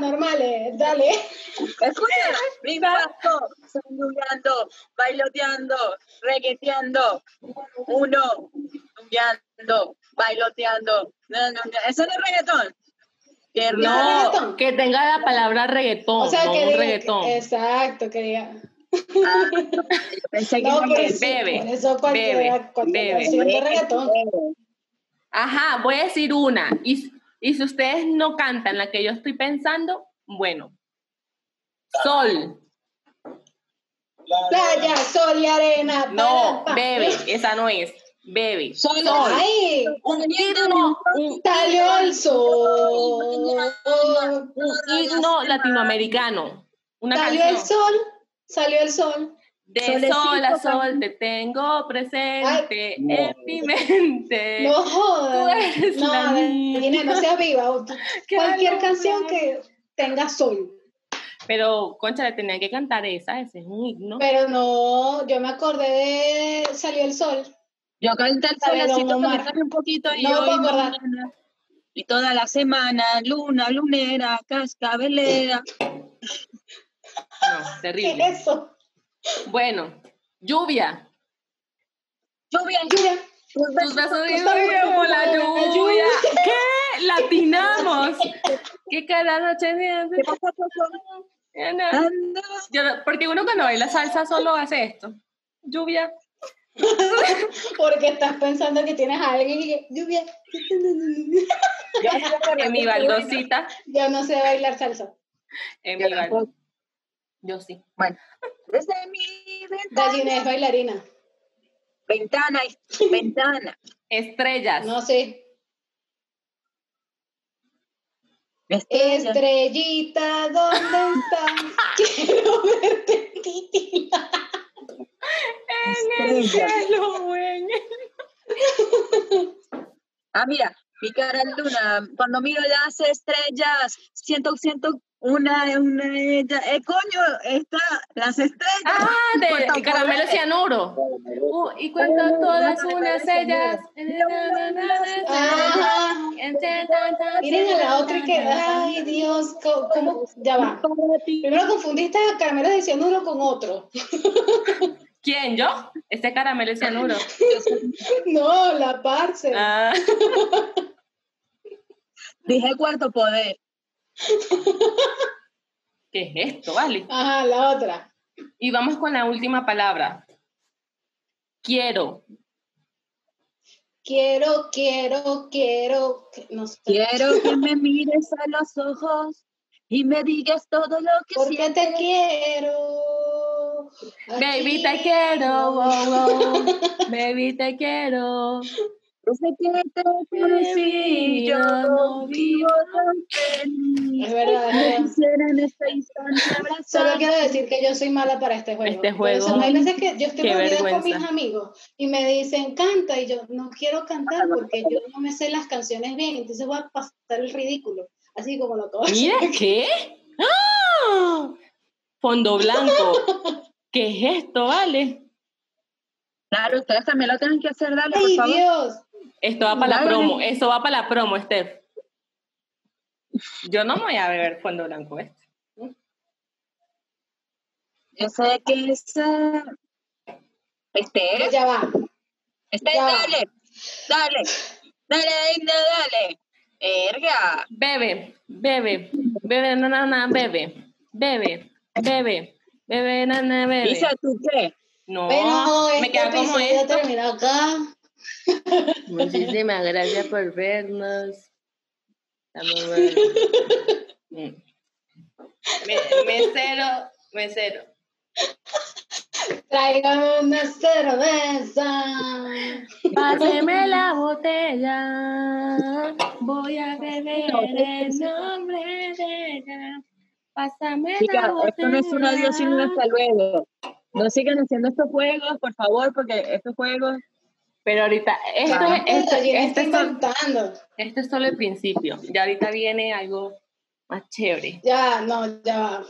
[SPEAKER 3] Normales, dale.
[SPEAKER 2] Escucha, me impacto, zungueando, bailoteando, regueteando, uno, zungueando, bailoteando. No, no, no, Eso no es reggaetón. Tierno.
[SPEAKER 1] No,
[SPEAKER 3] reggaetón.
[SPEAKER 1] que tenga la palabra reggaetón,
[SPEAKER 3] O sea,
[SPEAKER 1] no
[SPEAKER 3] que
[SPEAKER 1] un
[SPEAKER 3] diga.
[SPEAKER 1] reggaetón.
[SPEAKER 3] Exacto, que diga.
[SPEAKER 2] Ah, pensé que
[SPEAKER 3] No,
[SPEAKER 2] era
[SPEAKER 3] pero
[SPEAKER 2] que-
[SPEAKER 3] sí,
[SPEAKER 1] bebe,
[SPEAKER 3] por eso cualquiera,
[SPEAKER 1] bebe,
[SPEAKER 3] cualquiera
[SPEAKER 1] bebe.
[SPEAKER 3] sirve reggaetón.
[SPEAKER 1] Ajá, voy a decir una. Y, y si ustedes no cantan la que yo estoy pensando, bueno, Sol.
[SPEAKER 3] Playa, sol y arena.
[SPEAKER 1] No,
[SPEAKER 3] pa, pa.
[SPEAKER 1] bebe. Esa no es. Bebe.
[SPEAKER 2] Sol.
[SPEAKER 3] Ay,
[SPEAKER 1] Un himno. Un,
[SPEAKER 3] salió el sol.
[SPEAKER 1] un himno latinoamericano. Una
[SPEAKER 3] Salió el
[SPEAKER 1] canción.
[SPEAKER 3] sol, salió el sol.
[SPEAKER 1] De
[SPEAKER 5] Solecito
[SPEAKER 1] sol a sol
[SPEAKER 5] también.
[SPEAKER 1] te tengo presente en mi mente.
[SPEAKER 3] No
[SPEAKER 1] Eh, Tú
[SPEAKER 3] jodas.
[SPEAKER 1] eres
[SPEAKER 3] No,
[SPEAKER 1] la
[SPEAKER 3] Daniela, no seas viva. O-
[SPEAKER 1] que
[SPEAKER 3] Cualquier
[SPEAKER 1] algo
[SPEAKER 3] canción
[SPEAKER 1] me-
[SPEAKER 3] que tenga sol.
[SPEAKER 1] Pero, concha, le tenían que cantar esa, ese es un himno.
[SPEAKER 3] Pero no, yo me acordé de Salió el sol.
[SPEAKER 2] Yo canté el
[SPEAKER 3] Dale, don
[SPEAKER 2] solecito
[SPEAKER 3] Omar.
[SPEAKER 2] para estar un poquito y
[SPEAKER 3] No
[SPEAKER 2] hoy
[SPEAKER 3] me puedo acordar.
[SPEAKER 2] mañana, y toda la semana, luna, lunera, cascabelera.
[SPEAKER 1] No,
[SPEAKER 3] ¿Qué
[SPEAKER 1] terrible.
[SPEAKER 3] es eso?
[SPEAKER 1] Bueno, lluvia.
[SPEAKER 2] Lluvia,
[SPEAKER 3] Mira, Pues,
[SPEAKER 1] Tus besos de
[SPEAKER 3] tus besos
[SPEAKER 1] lluvia como la
[SPEAKER 3] como la
[SPEAKER 1] lluvia.
[SPEAKER 3] lluvia.
[SPEAKER 1] ¿Qué? Latinamos. ¿Qué cada noche me
[SPEAKER 2] que poco a poco
[SPEAKER 3] Ah.
[SPEAKER 1] hace-
[SPEAKER 2] ando.
[SPEAKER 1] Yo no- Porque uno cuando baila salsa solo hace esto. Lluvia.
[SPEAKER 3] porque estás pensando que tienes a alguien y que, lluvia.
[SPEAKER 1] En mi baldosita.
[SPEAKER 3] Yo no sé bailar salsa.
[SPEAKER 1] En
[SPEAKER 2] Yo
[SPEAKER 1] mi bal-
[SPEAKER 2] tampoco.
[SPEAKER 1] Yo sí.
[SPEAKER 2] pues, Desde mi
[SPEAKER 3] Gallina es
[SPEAKER 2] ventana,
[SPEAKER 3] bailarina.
[SPEAKER 2] ventana, ventana.
[SPEAKER 1] Estrellas.
[SPEAKER 3] No sé. Este
[SPEAKER 2] Estrella.
[SPEAKER 3] Estrellita, ¿dónde estás? Quiero verte, Titi.
[SPEAKER 1] En el
[SPEAKER 2] Estrellas.
[SPEAKER 1] cielo, güey.
[SPEAKER 2] Ah, mira, mi cara es luna. Cuando miro las estrellas, siento, siento una, una de ellas. Eh, coño, está las estrellas.
[SPEAKER 1] Ah, de
[SPEAKER 2] Puerto
[SPEAKER 1] caramelo
[SPEAKER 2] Pobre.
[SPEAKER 1] cianuro. Uh, y cuento
[SPEAKER 2] Oh,
[SPEAKER 1] todas
[SPEAKER 2] caramelo
[SPEAKER 1] unas
[SPEAKER 2] cianuro.
[SPEAKER 1] ellas.
[SPEAKER 2] Ah.
[SPEAKER 3] Ajá. Miren a la otra y que, ay Dios, co- ¿cómo? Ya va. Primero confundiste a Caramelo de Cianuro con otro.
[SPEAKER 1] ¿Quién? ¿Yo? Este caramelo cianuro.
[SPEAKER 3] No, la parce.
[SPEAKER 1] Ah,
[SPEAKER 2] Dije cuarto poder.
[SPEAKER 1] ¿Qué es esto, vale?
[SPEAKER 3] Ajá, la otra.
[SPEAKER 1] Y vamos con la última palabra. Quiero.
[SPEAKER 3] Quiero, quiero, quiero. que- No sé.
[SPEAKER 2] Quiero que me mires a los ojos y me digas todo lo que
[SPEAKER 3] Porque
[SPEAKER 2] sientes.
[SPEAKER 3] te quiero.
[SPEAKER 1] Baby,
[SPEAKER 3] Aquí.
[SPEAKER 1] te quiero. wow, wow. Baby, te quiero.
[SPEAKER 2] Desde que te conocí, yo no vivo tan feliz.
[SPEAKER 3] Es verdad, es
[SPEAKER 2] Me
[SPEAKER 3] verdad.
[SPEAKER 2] quisiera en este instante
[SPEAKER 3] Solo
[SPEAKER 2] abrazar.
[SPEAKER 3] quiero decir que yo soy mala para este juego.
[SPEAKER 1] Este
[SPEAKER 3] Por
[SPEAKER 1] juego,
[SPEAKER 3] eso, hay veces que yo
[SPEAKER 1] qué
[SPEAKER 3] estoy reunida con
[SPEAKER 1] vergüenza.
[SPEAKER 3] mis amigos y me dicen, canta, y yo no quiero cantar porque yo no me sé las canciones bien, entonces voy a pasar el ridículo. Así como lo acabo de
[SPEAKER 1] Mira, ¿qué? ¡Ah! Fondo blanco. ¿Qué es esto, vale?
[SPEAKER 2] Claro, ustedes también lo tienen que hacer, dale, por
[SPEAKER 3] ¡Ay,
[SPEAKER 2] favor.
[SPEAKER 3] Dios!
[SPEAKER 1] Esto va para la
[SPEAKER 2] Dale.
[SPEAKER 1] promo. Eso va para la promo, Steph. Yo no me voy a beber fondo blanco este.
[SPEAKER 2] Yo sé que es. eh, Este,
[SPEAKER 3] Ya va.
[SPEAKER 2] este,
[SPEAKER 3] ya.
[SPEAKER 2] dale, dale, dale, dale, dale. Erga.
[SPEAKER 1] Bebe, bebe, bebe, na, na, na, bebe, bebe, bebe, bebe, na, na, bebe.
[SPEAKER 2] Isa, ¿tú qué?
[SPEAKER 1] No,
[SPEAKER 3] Bueno,
[SPEAKER 1] me
[SPEAKER 3] este
[SPEAKER 1] queda como
[SPEAKER 3] episodio
[SPEAKER 1] esto.
[SPEAKER 3] termina acá.
[SPEAKER 1] Muchísimas gracias por vernos. Estamos bueno. Mm. Me- Mesero, mesero.
[SPEAKER 3] Tráigame una cerveza.
[SPEAKER 1] Páseme la botella, voy a beber el nombre de ella. Pásame
[SPEAKER 2] Chica,
[SPEAKER 1] la botella.
[SPEAKER 2] esto no es un adiós, sino un hasta luego. No sigan haciendo estos juegos, por favor, porque estos juegos.
[SPEAKER 1] Pero ahorita, esto,
[SPEAKER 2] Vamos,
[SPEAKER 1] es- esto,
[SPEAKER 3] Esta llena
[SPEAKER 1] este esto es
[SPEAKER 3] está
[SPEAKER 1] solo-
[SPEAKER 3] inventando.
[SPEAKER 1] Este es solo el principio. Ya ahorita viene algo más chévere.
[SPEAKER 3] Ya, no, ya va.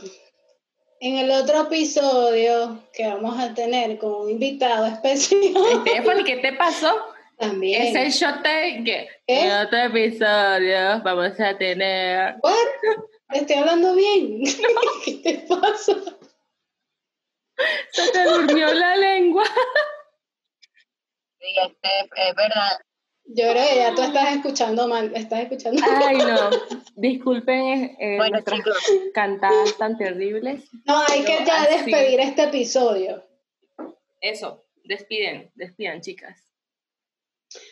[SPEAKER 3] En el otro episodio que vamos a tener con un invitado especial
[SPEAKER 1] Stephanie, ¿qué te pasó?
[SPEAKER 3] también.
[SPEAKER 1] Es el shot de que
[SPEAKER 3] ¿Qué?
[SPEAKER 1] en otro episodio vamos a tener.
[SPEAKER 3] What? Estoy hablando bien. ¿Qué te pasa?
[SPEAKER 1] Se te durmió la lengua.
[SPEAKER 2] Sí, este, es verdad.
[SPEAKER 3] Yo creo que ya tú estás escuchando mal. Estás escuchando.
[SPEAKER 1] Ay, no. Disculpen eh,
[SPEAKER 2] Bueno,
[SPEAKER 1] nuestras
[SPEAKER 2] chicos.
[SPEAKER 1] cantadas tan terribles.
[SPEAKER 3] No, hay que
[SPEAKER 1] Yo
[SPEAKER 3] ya
[SPEAKER 1] así.
[SPEAKER 3] despedir este episodio.
[SPEAKER 1] Eso, despiden, despidan, chicas.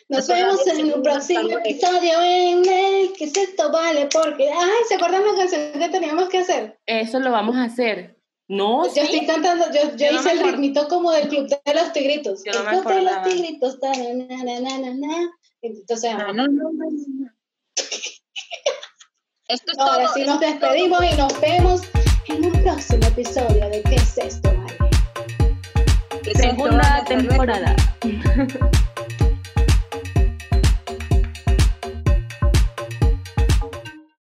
[SPEAKER 3] Nos vemos en el próximo episodio en el que esto vale porque. Ay, ¿se acuerdan la canción que teníamos que hacer?
[SPEAKER 1] Eso lo vamos a hacer. No,
[SPEAKER 3] Pues Yo estoy
[SPEAKER 1] sí.
[SPEAKER 3] cantando, yo, yo,
[SPEAKER 1] Yo no me
[SPEAKER 3] hice el
[SPEAKER 1] acuerdo.
[SPEAKER 3] ritmito como del Club de los Tigritos.
[SPEAKER 1] Yo no
[SPEAKER 3] el
[SPEAKER 1] me
[SPEAKER 3] Club de los
[SPEAKER 1] acordaba.
[SPEAKER 3] Tigritos. ta, na, na, na, na, na, na. Entonces,
[SPEAKER 2] No,
[SPEAKER 3] no,
[SPEAKER 2] no, no, no, no. Esto es todo.
[SPEAKER 3] ahora sí nos
[SPEAKER 2] esto es todo.
[SPEAKER 3] despedimos y nos vemos en un próximo episodio de ¿Qué es esto, vale?
[SPEAKER 2] Que esto es todo,
[SPEAKER 1] Segunda
[SPEAKER 2] hasta luego.
[SPEAKER 1] temporada.